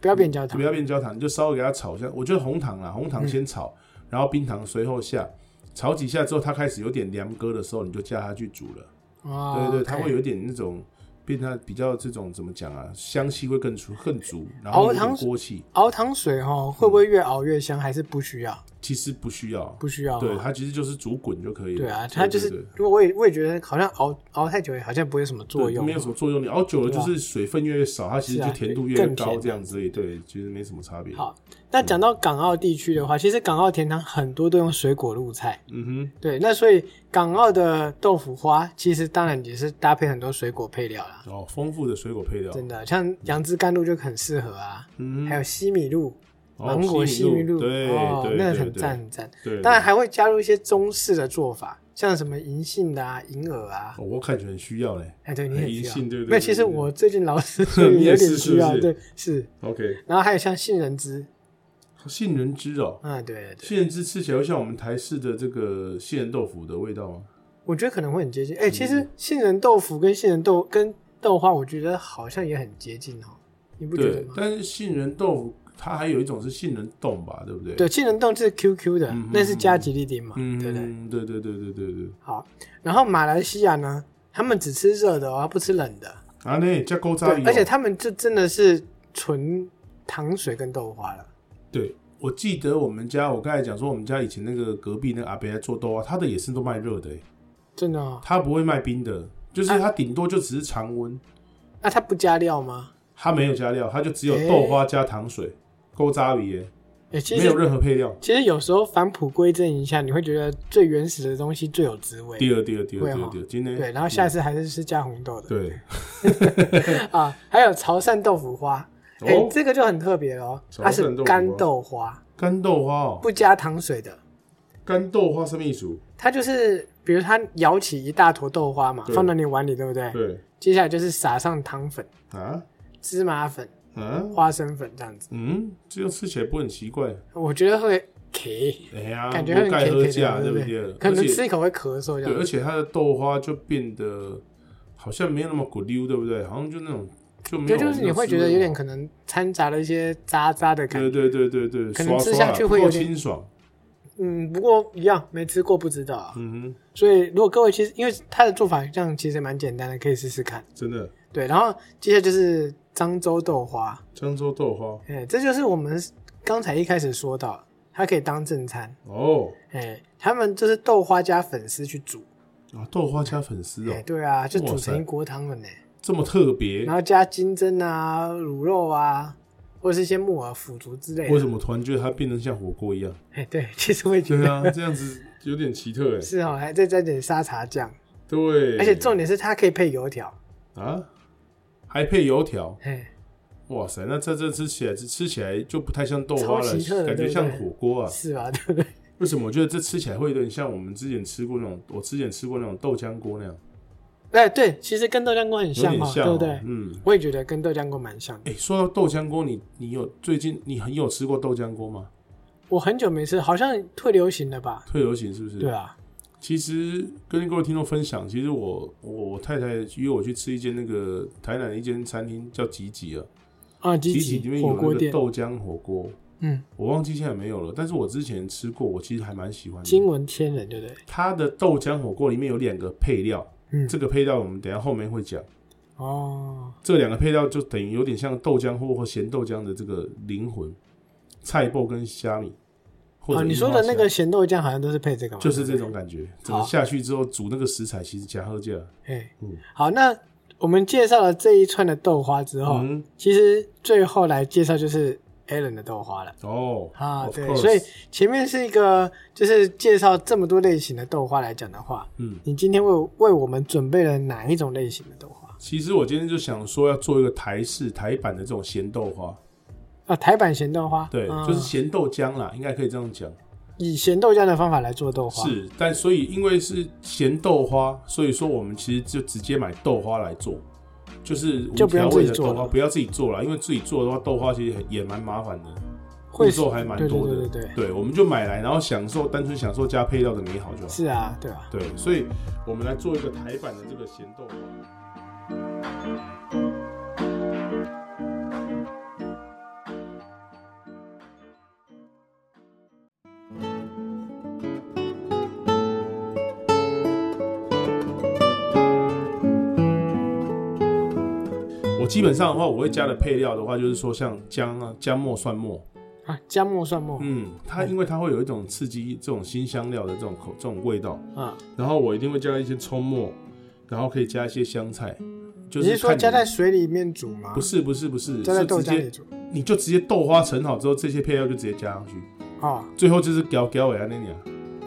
不要变焦不糖。嗯要变焦糖，你就稍微给它炒一下。我觉得红糖啦，红糖先炒，然后冰糖随后下，炒几下之后，它开始有点凉哥的时候，你就加它去煮了。哦对对，它 OK 会有一点那种变它比较这种怎么讲啊，香气会更足更足，然熬后有点汤锅气，熬汤水哦，会不会越熬越香？还是不需要？其实不需要，不需要哦。对它其实就是煮滚就可以了。对啊，它就是对对，如果我也我也觉得好像熬熬太久也好像不会有什么作对用，没有什么作用。你熬久了对就啊是水分越来越少，它其实是啊就甜度越来越更高甜这样子而已。对，其实没什么差别。好，那讲到港澳地区的话，其实港澳甜汤很多都用水果入菜，嗯对，那所以港澳的豆腐花其实当然也是搭配很多水果配料啦，哼，哦，丰富的水果配料，真的，像杨枝甘露就很适合啊，嗯还哼，有西米露、哦芒果西米露，对哦，对那个对很对赞很赞。对，当然对还会加入一些中式的做法，像什么银杏的啊、银耳啊，哦我看起来很需要嘞。哎，对，你也银需要杏对对没有，对其实对对我 最近老是你有也点是是需不要，是对，是。 OK，然后还有像杏仁汁，杏仁汁哦，啊，对对对，杏仁汁吃起来会像我们台式的这个杏仁豆腐的味道吗？我觉得可能会很接近。哎、其嗯实杏仁豆腐跟杏仁豆跟豆花，我觉得好像也很接近哦，你不觉得对吗，？但是杏仁豆腐它还有一种是杏仁冻吧，对不对？对，杏仁冻是 QQ 的，嗯哼那是加吉利丁嘛，嗯，对不对？对对对对对对。好，然后马来西亚呢，他们只吃热的哦，他不吃冷的，啊，那加勾渣对，鱼哦，而且他们就真的是纯糖水跟豆花了。对，我记得我们家，我刚才讲说我们家以前那个隔壁那个阿伯在做豆啊花，他的也是都卖热的、欸，真的哦，他不会卖冰的，就是啊他顶多就只是常温，那、它不加料吗？他没有加料，他就只有欸豆花加糖水，勾渣鱼、欸，哎、其没有实任何配料。其实有时候返璞归真一下，你会觉得最原始的东西最有滋味。第二，第二，第二，会第哦二，第二，啊今天对，然后下次还是吃加红豆的。对，啊，还有潮汕豆腐花， 哎、哦，这个就很特别哦，潮汕它是豆腐花干豆花，干豆花哦，不加糖水的。干豆花什么意思？它就是，比如它舀起一大坨豆花嘛，对放到你碗里，对不对？对接下来就是撒上糖粉、啊，芝麻粉、啊，花生粉这样子，嗯，这样吃起来不会很奇怪？我觉得会 K，哎呀，感觉不会盖 K 喝 K 价，的，对对不不对？对？可能而且吃一口会咳嗽对，这而样子。且它的豆花就变得好像没有那么骨溜，对不对？好像就那种就没有对，那种就滋味了，是你会觉得有点可能掺杂了一些渣渣的感对觉，对对对对，可刷能吃下去刷会不够有点清爽。嗯，不过一样没吃过不知道啊。嗯哼，所以如果各位其实因为它的做法这样其实蛮简单的，可以试试看。真的，对，然后接下来就是漳州豆花，漳州豆花哎、这就是我们刚才一开始说到，它可以当正餐。哦哎、他们就是豆花加粉丝去煮，啊，豆花加粉丝哎、哦，对啊，就煮哇塞成一锅汤了呢。这么特别然，后加金针啊、卤肉啊，或者是一些木耳腐竹之类的。为什？么突然觉得它变成像火锅一样？哎、对， 其实我也觉对得、啊，这样子有点奇特哎。是哦，还再加点沙茶酱，对， 而且重点是它可以配油条。啊，还配油条，哎、哇塞，那这这吃起来吃起来就不太像豆花超奇特了，的感对觉不像对火锅啊。是吧？ 对不对？为什么我觉得这吃起来会有点像我们之前吃过那种，我之前吃过那种豆浆锅那样，哎、对，其实跟豆浆锅很有像点哦，像、对哦，不对？嗯，我也觉得跟豆浆锅蛮像的。哎、说到豆浆锅，你你有最近你很有吃过豆浆锅吗？我很久没吃，好像退流行了吧？退流行是不是？对。啊，其实跟各位听众分享，其实我我我太太约我去吃一间那个台南的一间餐厅叫吉吉啊，啊，吉吉吉里面火有锅那个店，豆浆火锅，嗯，我忘记现在没有了，但是我之前吃过，我其实还蛮喜欢惊的。为天人，对不对？它的豆浆火锅里面有两个配料，嗯这个配料我们等一下后面会讲。哦，这两个配料就等于有点像豆浆或或咸豆浆的这个灵魂，菜脯跟虾米，或者、啊，你说的那个，咸豆浆好像都是配这个吗？就是这种感觉。整个好下去之后煮那个食材，其实加喝价。哎，嗯好，那我们介绍了这一串的豆花之后，嗯，其实最后来介绍就是 Alan 的豆花了。哦，啊， of 对， course 所以前面是一个就是介绍这么多类型的豆花来讲的话，嗯，你今天为我为我们准备了哪一种类型的豆花其实我今天就想说要做一个台式台版的这种咸豆花，啊？台版咸豆花，对，嗯就是咸豆浆啦，应该可以这样讲。以咸豆浆的方法来做豆花，是，但所以因为是咸豆花，所以说我们其实就直接买豆花来做，就是无就不用调自己味的做豆花，了不要自己做了，因为自己做的话，豆花其实也蛮麻烦的，会步骤还蛮多的。对对对对对我们就买来，然后享受单纯享受加配料的美好就好。是啊，对啊。对，所以我们来做一个台版的这个咸豆花。我基本上的话，我会加的配料的话，就是说像姜啊、姜末、蒜末，啊，姜末蒜末，嗯，它因为它会有一种刺激这种新香料的这种口这种味道，啊，然后我一定会加一些葱末，然后可以加一些香菜，就你是说看你加在水里面煮吗？不，是不是不是，加在是豆直浆里接煮。你就直接豆花盛好之后，这些配料就直接加上去，哦，最后就是屌屌尾啊那里啊，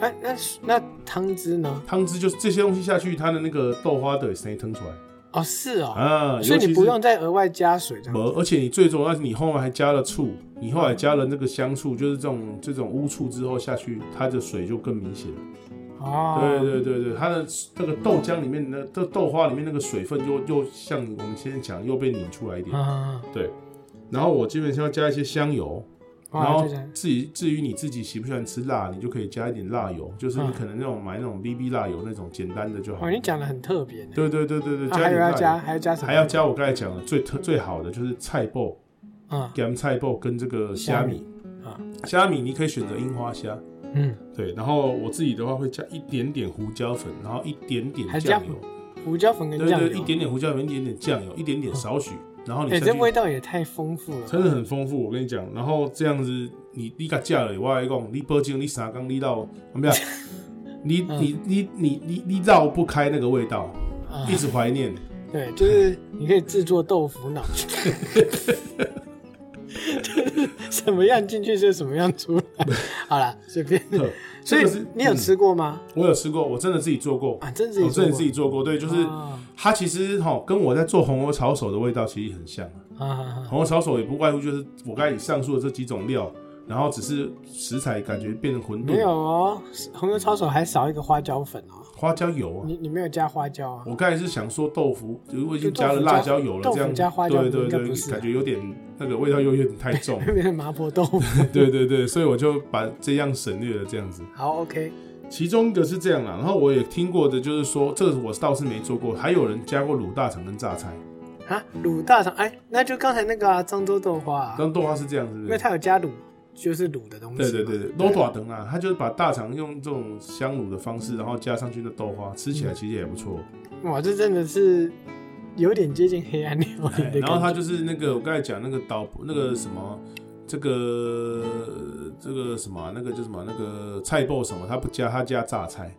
那那那汤汁呢？汤汁就是这些东西下去，它的那个豆花的声音腾出来哦，是哦，啊，尤所以其你是不用再额外加水这不，样。而且你最重要是你后面还加了醋，你后来加了那个香醋，就是这种这种乌醋之后下去，它的水就更明显了。哦，对对对对，它的那个豆浆里面的豆豆花里面那个水分又又像我们先前讲又被拧出来一点，嗯，嗯，对。然后我基本上要加一些香油，嗯然哦后就这样至于至于你自己喜不喜欢吃辣，你就可以加一点辣油，就是你嗯可能那种买那种 BB 辣油那种简单的就好哦，。你讲的很特别呢。对对对对对，啊，加一还有点辣要加，油，还要加什么？还要加我刚才讲的最特最好的就是菜脯、嗯干菜脯跟这个虾米啊，虾米你可以选择樱花虾，嗯，对。然后我自己的话会加一点点胡椒粉，然后一点点还加酱油。胡椒粉跟对酱对，油，一点点胡椒粉，一点点酱油，一点点少许，然后你哎，下这去味道也太丰富了吧。真的很丰富。我跟你讲，然后这样子，你你个嫁了，我来讲，你北京你三缸你到，怎么样？你 嗯你你你你你绕不开那个味道，啊一直怀 念。对，就是你可以制作豆腐脑， 就是什么样进去就什么样出来。好啦，随便。呵所这以个是你有？嗯吃过吗？我有吃过，我真的自己做过，啊，真自己我做真过的自己做过。对，就是啊它其实哈跟我在做红油炒手的味道其实很像。啊啊啊红油炒手也不外乎就是我刚才上述的这几种料，然后只是食材感觉变成馄没有饨，哦，红油抄手还少一个花椒粉哦。花椒油啊。你你没有加花椒啊？我刚才是想说豆腐，如果已经就豆加腐了辣加椒油了，豆腐这样加花椒对应对该对不，是啊，感觉有点那个味道又有点太重变成麻婆豆腐。 对对对，所以我就把这样省略了这样子。好，OK，其中一个是这样啦，然后我也听过的，就是说这个我倒是没做过，还有人加过卤大肠跟榨菜，啊，卤大肠，哎，那就刚才那个啊，漳州豆花、啊，但豆花是这样，是不因为是？它有加卤，就是卤的东西嘛。对对对，对，卤大肠啊，它就是把大肠用这种香卤的方式，然后加上去的豆花，吃嗯起来其实也不错。哇，这真的是有点接近黑暗料理哎的感觉。然后它就是那个我刚才讲那个导那个什么，这个这个什么啊那个叫什么那个菜爆什么，它不加它加榨菜，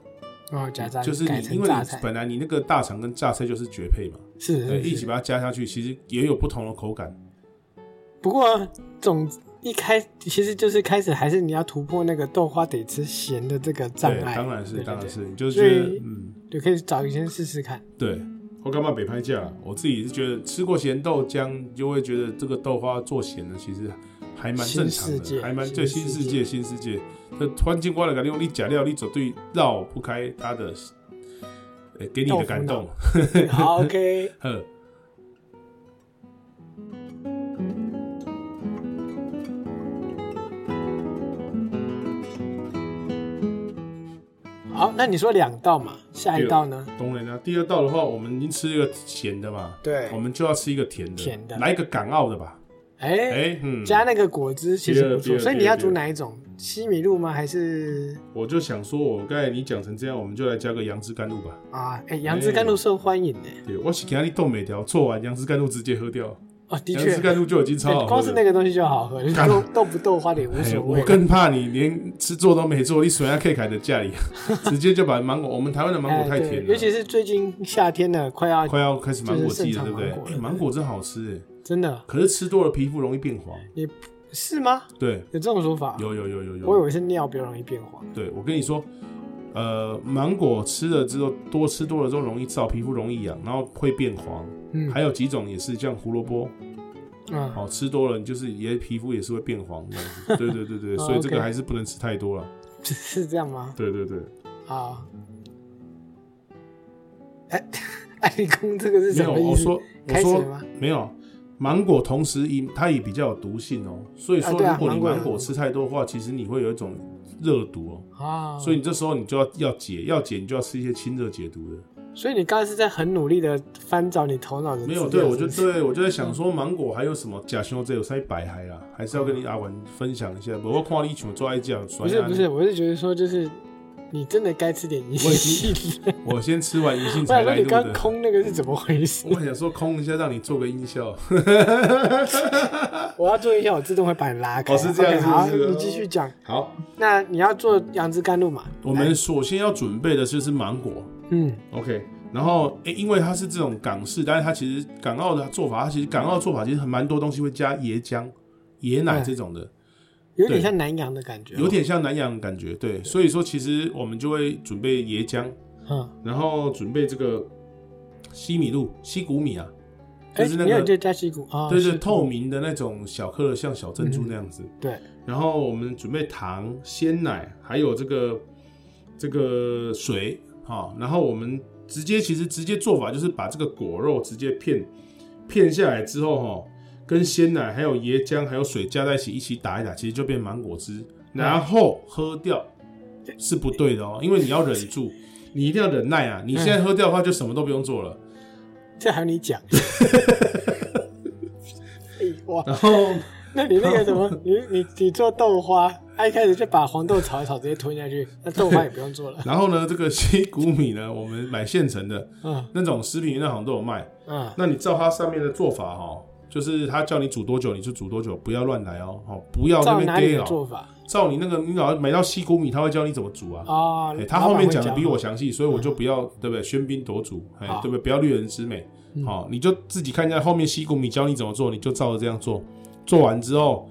哦，加榨就是改你因成为榨你菜，本来你那个大肠跟榨菜就是绝配嘛，是对，是一起是。把它加下去，其实也有不同的口感。不过总一开其实就是开始还是你要突破那个豆花得吃咸的这个障对，碍。当然是，对对当然对是，你就觉所以得，嗯，就可以找一天试试看。对。我干嘛北派价？啊我自己是觉得吃过咸豆浆，就会觉得这个豆花做咸的其实还蛮正常新世界的，还蛮新对世新世界界新世界。那环境我的感觉，你假料你绝对绕不开它的，呃、给你豆的腐感脑动。好，OK，呵，好，那你说两道嘛，下一道呢？当然啦、第二道的话，我们已经吃一个咸的嘛，对我们就要吃一个甜的，甜的来一个港澳的吧。哎、哎、嗯，加那个果汁其实不第二第错，二所以你要第煮二哪一种？西米露吗？还是我就想说，我刚才你讲成这样，我们就来加个杨枝甘露吧。啊？哎、杨枝甘露受欢迎呢、对，我是给你冻没条，做完杨枝甘露直接喝掉，哦，的杨确枝，甘露就已经超好喝对了。光是那个东西就 好喝，干豆豆不豆花的也无哎所谓我。更怕你连吃做都没做，你水下 K 凯的家 里，直接就把芒果，我们台湾的芒哎果太甜对了，尤其是最近夏天了，快要快要开始芒果季了，就对是不对？盛产芒果了哎芒果真好吃，哎真的可是吃多了皮肤容易变黄。是吗？对，有这种说法？有有有有我以有，为是尿比较容易变黄。对我跟你说。呃，芒果吃了之后，多吃多了之后容易燥，皮肤容易痒，然后会变黄。嗯，还有几种也是，像胡萝卜，嗯，哦，吃多了你就是也皮肤也是会变黄这样子。对对对对， 哦所以这 OK 个还是不能吃太多了。是这样吗？对对对，啊，哎， 爱丽公这个是没什有，么意我思？说我开始了说吗？没有，芒果同时因它也比较有毒性哦，所以说啊对啊如果你芒果有芒果吃太多的话，其实你会有一种热毒哦，啊，所以你这时候你就要要解，要解你就要吃一些清热解毒的。所以你刚才是在很努力的翻找你头脑的资料没有，对我就是不是对我就在想说芒果还有什么假胸这有塞百害啦，啊还是要跟你阿文分享一下。不过看你像做爱这样，啊不是不是，我是觉得说就是你真的该吃点银杏。我先吃完银杏我想 才说来你录刚的。空那个是怎么 回事？我想说空一下，让你做个音 效。我要做一下，我自动会把你拉开。哦是这样 OK，好，是不是你继续讲。好，那你要做杨枝甘露嘛？我们首先要准备的就是芒果嗯， ，OK。然后，诶、因为它是这种港式，但是它其实港澳的做法，它其实港澳做法其实很蛮多东西会加椰浆、椰奶这种的，有对点像南洋的感觉。有，点像南洋的感觉。对，所以说其实我们就会准备椰浆，嗯，然后准备这个西米露、西谷米啊，就哎，是那你有个就加西谷啊？对西对谷透。明的那种小颗的，像小珍珠那样子。对，然后我们准备糖、鲜奶，还有这个这个水，好、然后我们直接其实直接做法就是把这个果肉直接片片下来之后，哈、跟鲜奶、还有椰浆、还有水加在一起一起打一打，其实就变芒果汁，然后喝掉是不对的哦，因为你要忍住，你一定要忍耐啊！你现在喝掉的话，就什么都不用做了。这还有 你讲。哎哇，然后 那你那个什 么，你你你做豆花，啊一开始就把黄豆炒一炒，直接吞下去，那豆花也不 用做了。然后呢，这个西谷米呢，我们买现成的嗯那种食品原料行都有卖。嗯，那你照它上面的做法哈、就是他叫你煮多久你就煮多久，不要乱来哦，哦，不要那照边哪里 gay 的哦。做法照你那个，你老买到西谷米，他会教你怎么煮啊。哦哎，，他老板后面会讲的比我吗详细，所以我就不要，对不对？喧宾夺主，哎好，嗯对不对？不要掠人之美。好、你就自己看一下后面西谷米教你怎么做，你就照着这样做。做完之后，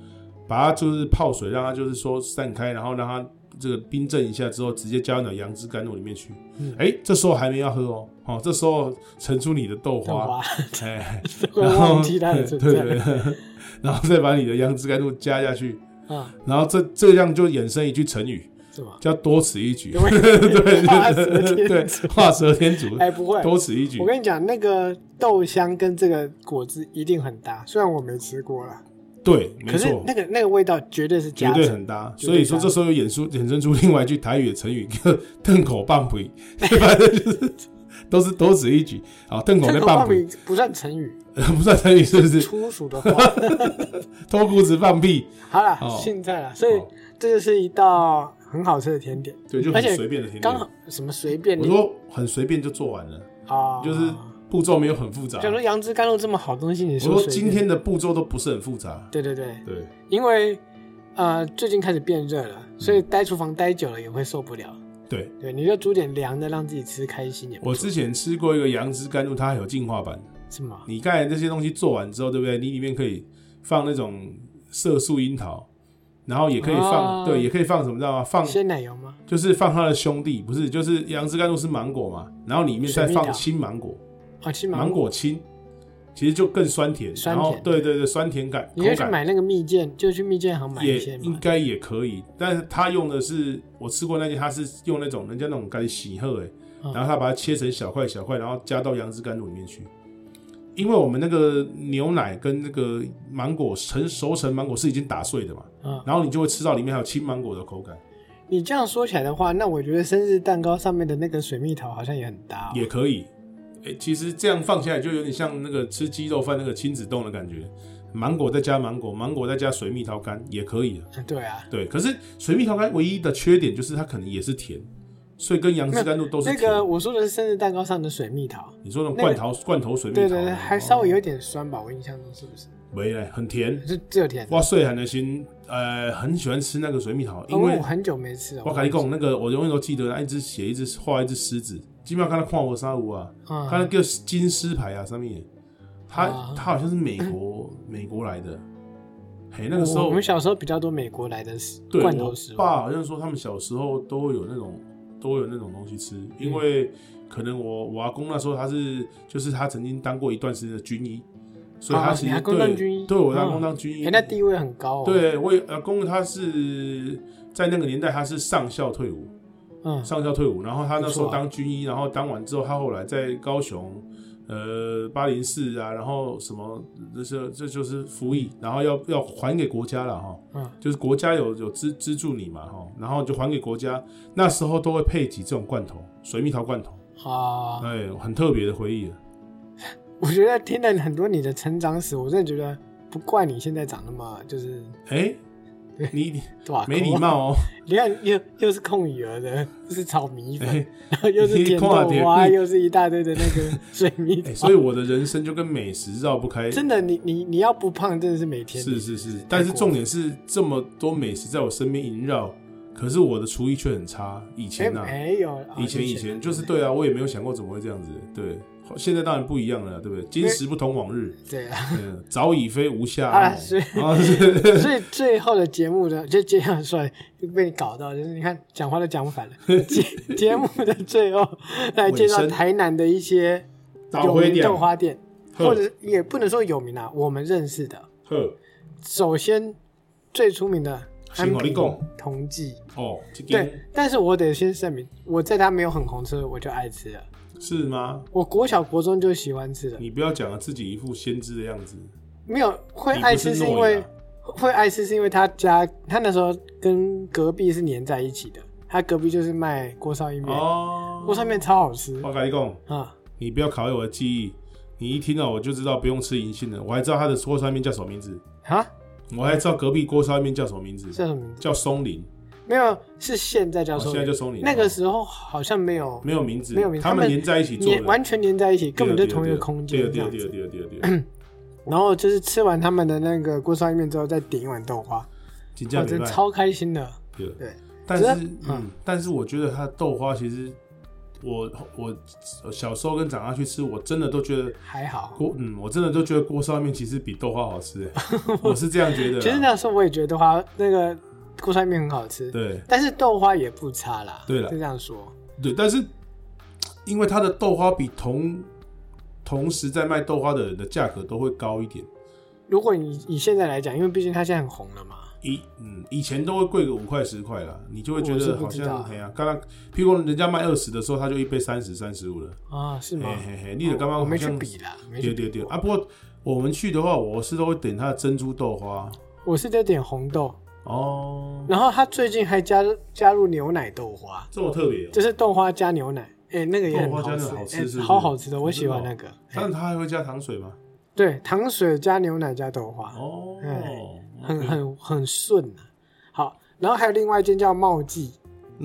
把它就是泡水，让它就是说散开，然后让它这个冰镇一下之后，直接加到杨枝甘露里面去。嗯哎、这时候还没要喝哦，好、这时候盛出你的豆豆花， 花，哎，会然后忘记它的 存对对 在。对，然后再把你的杨枝甘露加下去，啊，然后这这样就衍生一句成语，是吗？叫多此一举。因为画 蛇对添对，足画蛇添足，哎，不会，多此一举我。跟你讲，那个豆香跟这个果汁一定很搭，虽然我没吃过啦，对，没可是错那，个那个味道绝对是绝加对成。很搭。绝所以对说搭这时候又衍出衍生出另外一句台语的成语，叫“瞪口棒 皮”，反正就是都是多此一举。好，瞪口这在个棒棒皮饼不算成语， 不算成语，是不 是？粗俗的话。脱裤子放屁，好啦哦，现在啦，所以哦这就是一道很好吃的甜点，对，就而很且随便的甜刚点。好什么随便我你说很随便就做完了，啊，就是步骤没有很复杂。假如杨枝甘露这么好东西，你我说随今便天的步骤都不是很复杂。对对对，对，因为呃最近开始变热了，所以待厨房待久了也会受不了。对对，你就煮点凉的，让自己吃开心也不我之前吃过一个杨枝甘露，它还有进化版。是吗？你刚才这些东西做完之后，对不对？你里面可以放那种色素樱桃，然后也可以放，哦对，也可以放什么，知道吗？放鲜奶油吗？就是放它的兄弟，不是，就是杨枝甘露是芒果嘛，然后里面再水蜜放桃青芒果，哦，吃芒果青，其实就更酸甜，酸然后甜对对对，酸甜感，你就去口感买那个蜜饯，就去蜜饯行买一也些应嘛。该也可以，但是他用的是我吃过那些，他是用那种人家那种干洗鹤哎，嗯然后他把它切成小块小块，然后加到杨枝甘露里面去。因为我们那个牛奶跟那个芒果成熟成芒果是已经打碎的嘛，嗯然后你就会吃到里面还有青芒果的口感，你这样说起来的话，那我觉得生日蛋糕上面的那个水蜜桃好像也很搭、哦。也可以。哎、其实这样放下来就有点像那个吃鸡肉饭那个亲子冻的感觉，芒果再加芒果，芒果再加水蜜桃干也可以的。嗯对啊，对，可是水蜜桃干唯一的缺点就是它可能也是甜，所以跟杨枝甘露都是那甜。个我说的是生日蛋糕上的水蜜桃，你说那种那个罐头、罐头水蜜桃，哦对对对，还稍微有有点酸吧，我印象中是不是？没嘞，很甜。是只有甜的。我岁寒的心，呃，很喜欢吃那个水蜜桃，因因为为哦我很久没吃了。我跟你讲，那个我永远都记得，一只写一只画一只狮子，基本上看他看我沙舞啊，嗯，看那个金狮牌啊上面，他啊他好像是美国美国来的，嘿，那个时哦我候我们小时候比较多美国来的食对，罐我头食物，爸好像说他们小时候都会有那种都会有那种东西吃，因嗯为可能我我阿公那时候他是就是他曾经当过一段时间的军医，所以他啊其你实阿公当军对医对我阿嗯公当军医哎，，那地位很高哦。，对我也阿公他是在那个年代他是上校退伍，嗯，上校退伍，然后他那时候不错啊当军医，然后当完之后，他后来在高雄，呃，八零四啊，然后什么，这是这就是服役，然后要要还给国家了哈，嗯，就是国家有有资资助你嘛哈，然后就还给国家，那时候都会配几这种罐头，水蜜桃罐头，啊，哎，很特别的回忆啊 了，我觉得听了很多你的成长史，我真的觉得不怪你现在长那么就是哎，你你哇，没 礼。貌哦，你看，又又是控鱼儿的， 又是炒米粉，哎然后 又是甜豆你看花，啊你又是一大堆的那 个水蜜桃。哎，所以我的人生就跟美食绕不 开，真的，你你你要不胖，真的是每天是是是，但是重点是这么多美食在我身边萦绕，可是我的厨艺却很差。以哎前啊，没有，哦以前以前就是对啊，我也没有想过怎么会这样子。对，现在当然不一样了，对不对？今时不同往日，对啊。嗯，早已非吴下 啊阿是蒙啊，是所以最后的节目呢，就这样算就被你搞到，就是你看讲话都 讲反了。节节目的最后来介尾绍声台南的一些早有回名点嗯豆花店，呵或者也不能说有名啊，我们认识的。呵首先最出名的先跟你讲同济，哦，这对间，但是我得先声明，我在它没有很红吃，我就爱吃了。是吗？我国小国中就喜欢吃了，你不要讲了自己一副先知的样子。没有会你不爱是吃是诺啊因为亚会爱吃是因为他家他那时候跟隔壁是粘在一起的，他隔壁就是卖锅烧意面，哦，锅烧面超好吃我跟你讲，啊！你不要考验我的记忆。你一听到我就知道不用吃银杏了，我还知道它的锅烧面叫什么名字，啊，我还知道隔壁锅烧面叫什么名字，叫什么名字？叫松林，没有，是现在叫哦松现在林就松林。那个哦时候好像没有没有名字，没有名字他他们们连在一起做粘，的，完全粘在一起，根本就同一个空间这对样对子。对对对对，然后就是吃完他们的那个锅烧意面之后，再点一碗豆花，金价我没真的卖。超开心的。对对，但是只是嗯，但是我觉得它的豆花其实，我我我小时候跟长大去吃，我真的都觉得还好，锅嗯，我真的都觉得锅烧面其实比豆花好吃，哎我是这样觉得啦。其实那时候我也觉得豆花那个锅烧意面很好吃，对但是豆花也不差啦。对啦就这样说。对，但是因为它的豆花比同同时在卖豆花的人的价格都会高一点。如果你以现在来讲，因为毕竟它现在很红了嘛，以嗯以前都会贵个五块十块啦，你就会觉我是得不好知道像哎呀，刚刚譬如说人家卖二十的时候，他就一杯三十、三十五了，啊，是吗嘿？嘿嘿，你的刚刚哦我好没去像比啦，没去对比对对啊，不过我们去的话，我是都会点他的珍珠豆花我是在点红豆，哦，然后他最近还加加入牛奶豆花，这么特别哦。就是豆花加牛奶，哎、那个也很豆花加好牛吃，奶好吃哎是不是好好吃的，我哦真喜的哦欢那个。但哎是他还会加糖水吗？对，糖水加牛奶加豆花，哦哎，很 OK 很很顺啊。好，然后还有另外一间叫茂记，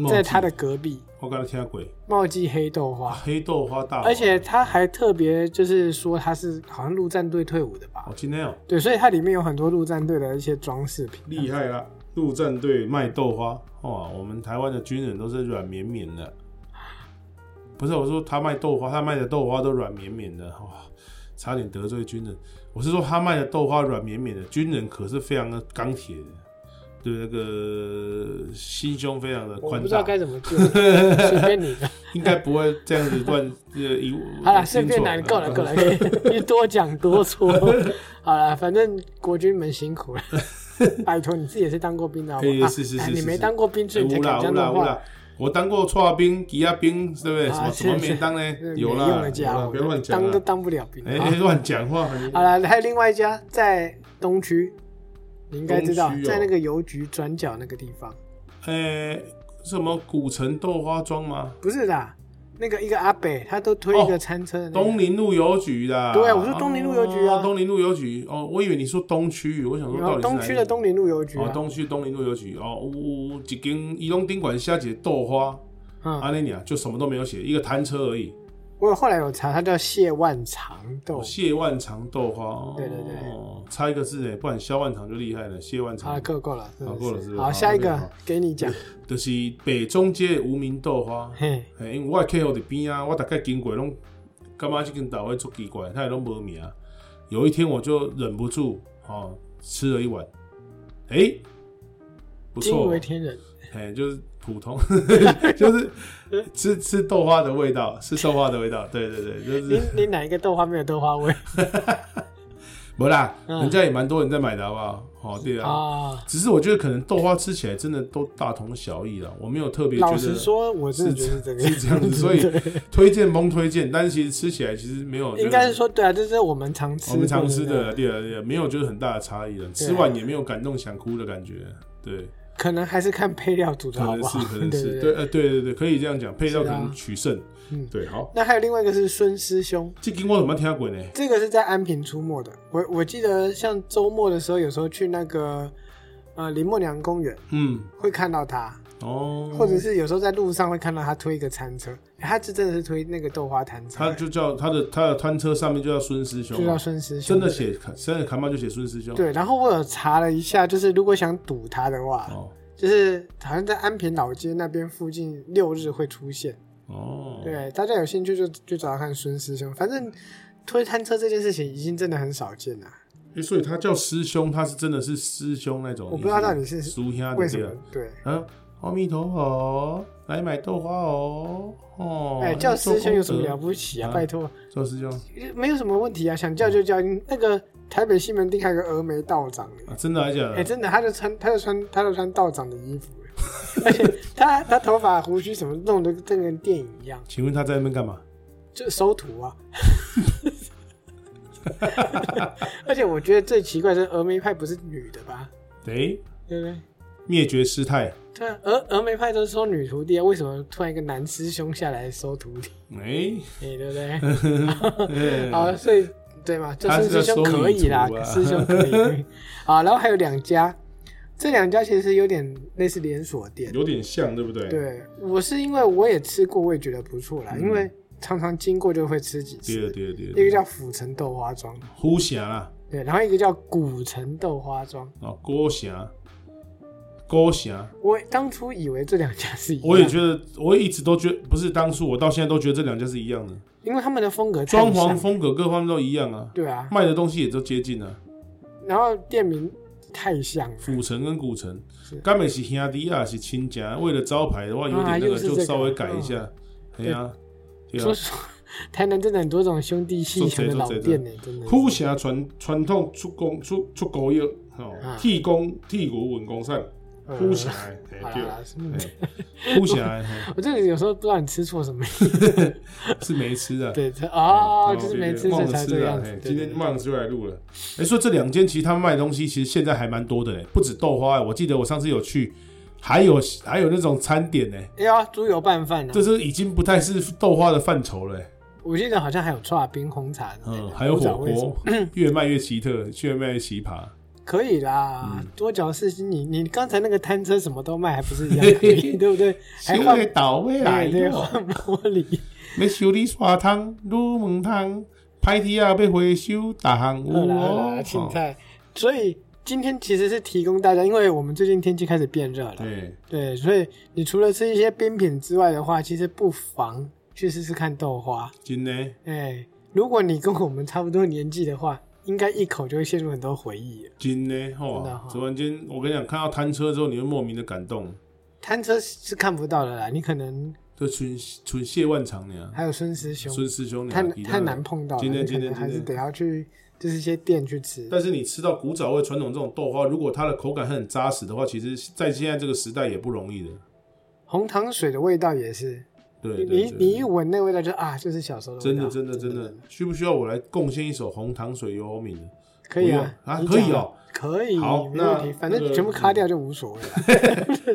在它的隔壁，我刚才听鬼茂记黑豆花，黑豆花大王，而且它还特别就是说它是好像陆战队退伍的吧哦，？今天哦对，所以它里面有很多陆战队的一些装饰品。啊厉害啦！陆战队卖豆花哇，我们台湾的军人都是软绵绵的，不是我说他卖豆花，他卖的豆花都软绵绵的哇，差点得罪军人。我是说他卖的豆花软绵绵的，军人可是非常的钢铁的，对那个心胸非常的我宽不知道大，该怎么做，随便 你的。应该不会这样子 乱呃一好了，随便啦，一够了 够了。了，你多讲多错。好了，反正国军们辛苦了，拜托你自己也是当过兵的好不好？哎是是啊是你是没是当过兵，所以你才乌啦敢乌啦乌讲这种啦话。！我当过搓兵、吉亚兵，对不对？什啊么是什么是没当呢？有没用啦的，有家啦伙，不要乱讲当都啦！当不了兵。哎，好哎乱讲话！好了，还有另外一家在东区，你应该知道东区，哦在那个邮局转角那个地方，哎，什么古城豆花庄吗？不是的，那个一个阿北，他都推一个餐车的那个哦东林路邮局的。对我说东林路邮局啊哦东林路邮局。哦，我以为你说东区，我想说然到底是哪后东一区的东林路邮局哦，啊，东区东林路邮局哦，有有一间移动宾馆下一个豆花，嗯，阿尼尔就什么都没有写，一个摊车而已。哦我有后来有查，它叫谢万长豆谢万长豆花，哦哦对对对差一个字哎，不然萧万长就厉害了。谢万长啊，够够了，真的好够了是不是好，好下一那个边好给你 讲，就是北中街的无名豆花，嘿，嘿，因为我的客户伫边啊，我大概经过拢，感觉这间豆花足奇怪，它也拢无名。有一天我就忍不住哦，吃了一碗，哎、不惊错啊为，天人，哎，就是普通， 就是吃吃豆花的味道，吃豆花的味道，对对对， 就是你你哪一个豆花没有豆花味没啦，嗯人家也蛮多人在买的好不好？好、对啊，啊？只是我觉得可能豆花吃起来真的都大同小异啦，我没有特别觉老得实说，我真是的觉得是这个 是这样子，所以 对推荐蒙推荐，但是其实吃起来其实没有，应该是说对啊，这是我们常吃我们常吃过那啊的个，对啊对啊，没有就是很大的差异了，吃完也没有感动想哭的感觉，对，可能还是看配料煮的可好能不是好， 可对能对是对对呃对对对，可以这样讲，配料是可啊能取胜嗯，对，好，那还有另外一个是孙师兄，这经我怎么听过呢？这个是在安平出没的。我我记得像周末的时候，有时候去那个呃林默娘公园嗯，会看到他，哦，或者是有时候在路上会看到他推一个餐车，欸他这真的是推那个豆花摊车，他就叫他的他的摊车上面就叫孙师兄就叫啊，孙师兄。真的写真的看嘛就写孙师兄，对，然后我有查了一下，就是如果想堵他的话，哦就是好像在安平老街那边附近六日会出现。哦，对，啊大家有兴趣就就找他看孙师兄。反正推餐车这件事情已经真的很少见了，欸所以他叫师兄，他是真的是师兄那种。我不知道到底是叔兄为的什对么了。？对，啊，阿弥陀佛，来买豆花哦。哦，哎，叫师兄有什么了不起啊？啊拜托，做师兄没有什么问题啊，想叫就叫。嗯那个台北西门町还有个峨眉道长呢，啊，真的还是假哎、的？真的，他就穿，他就穿，他就穿道长的衣服， 而且他他头发、胡须什么弄得跟跟电影一样，请问他在那边干嘛？就收徒啊。 而且我觉得最奇怪的是峨眉派不是女的吧？哎，对不对？灭绝师太。对啊，峨峨眉派都收女徒弟啊，为什么突然一个男师兄下来收徒弟？哎， 哎，对不对？哎 好，所以对嘛，就他是是师要兄收可女以啦徒，啊师兄可以。 好，然后还有两家，这两家其实有点类似连锁店。有点像，对不对？对，我是因为我也吃过，我也觉得不错啦，因为常常经过就会吃几对了对次。了对了一对个了，叫府城豆花庄，呼霞啦，对，然后一个叫古城豆花庄。哦，郭霞，郭霞。我当初以为这两家是一样，我也觉得，我一直都觉得不是当初，我到现在都觉得这两家是一样的，因为他们的风格太装潢像风格各方面都一样啊，对啊，卖的东西也都接近啊。然后店名太像了，府城跟古城是，甘美是兄弟啊，是亲家。为了招牌的话，有点啊那又个，是这嗯就个稍微改一下。哎呀，对说啊，说台南真的很多种兄弟戏做雄的贼老做贼店呢、真的。武城传传统出工出出膏药，吼、啊剃工剃骨文工上，嗯武城的，嘿 好啦好啦是对，啊哎嘿武城的嘿我真的有时候不知道你吃错 什么，是没吃的，对，这哦，嗯就是对没吃所忘以才了这吃个样了。子嘿。对今天对忘了出来录了。哎，说这两间其实他们卖的东西，其实现在还蛮多的嘞，不止豆花，啊我记得我上次有去，还有还有那种餐点呢，哎呀，猪油拌饭啊呢、这是已经不太是豆花的范畴了。我记得好像还有串冰红茶之类的嗯，还有火，不知道为什么哎锅，越卖越奇特，越卖越奇葩。可以啦，嗯多角四星，你你刚才那个摊车什么都卖，还不是 一样可以，对不对？还修换理倒未来对对哟换玻璃，要修理刷汤、卤门汤、歹铁啊，要回收，大项有好啦好啦哦。青哦菜。所以今天其实是提供大家，因为我们最近天气开始变热了，对，对，所以你除了吃一些冰品之外的话，其实不妨去试试看豆花。真的，哎，如果你跟我们差不多年纪的话，应该一口就会陷入很多回忆了。真的吼真的哦！突然间，我跟你讲，看到摊车之后，你会莫名的感动。摊车是看不到的啦，你可能这纯纯谢万长呢，还有孙师兄，孙师兄呢太，其他太人难。碰到了，今天你可今能天还是今天得要去就是一些店去吃。但是你吃到古早味传统这种豆花，如果它的口感很扎实的话，其实在现在这个时代也不容易的。红糖水的味道也是，对，你对你对你一闻那味道就啊，就是小时候的真味道。的真的真的，需不需要我来贡献一首红糖水油欧米呢？可以啊，不用啊你可以讲哦，可以，好没问题，那反那正个全部卡掉就无 所谓了。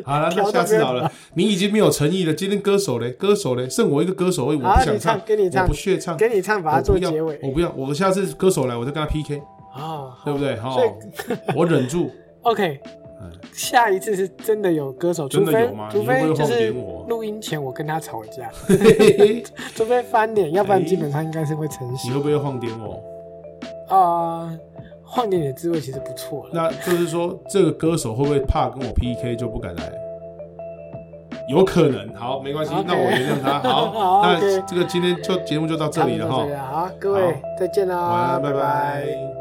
好了，那调到下次这好了。你已经没有诚意了。今天歌手嘞，歌手嘞，剩我一个歌手而已，我好不想哎你唱给你唱我不屑唱，给你唱，把它做我不要结尾。我不要，我下次歌手来，我再跟他 PK，哦， 好对不对？哈所以，我忍住。 OK，嗯下一次是真的有歌手，除真的非有吗除你会不非会就晃是点我录音前我跟他吵架，嘿嘿嘿除非翻脸，要不然哎基本上应该是会成型你会不会晃点我？啊。晃点你的滋味其实不错了，那就是说，这个歌手会不会怕跟我 PK 就不敢来？有可能，好，没关系 OK 那我原谅他。 好好，那 OK 这个今天就节目就到这差不里多了到哈这里。了，好，各好位再见晚啦，安，拜拜拜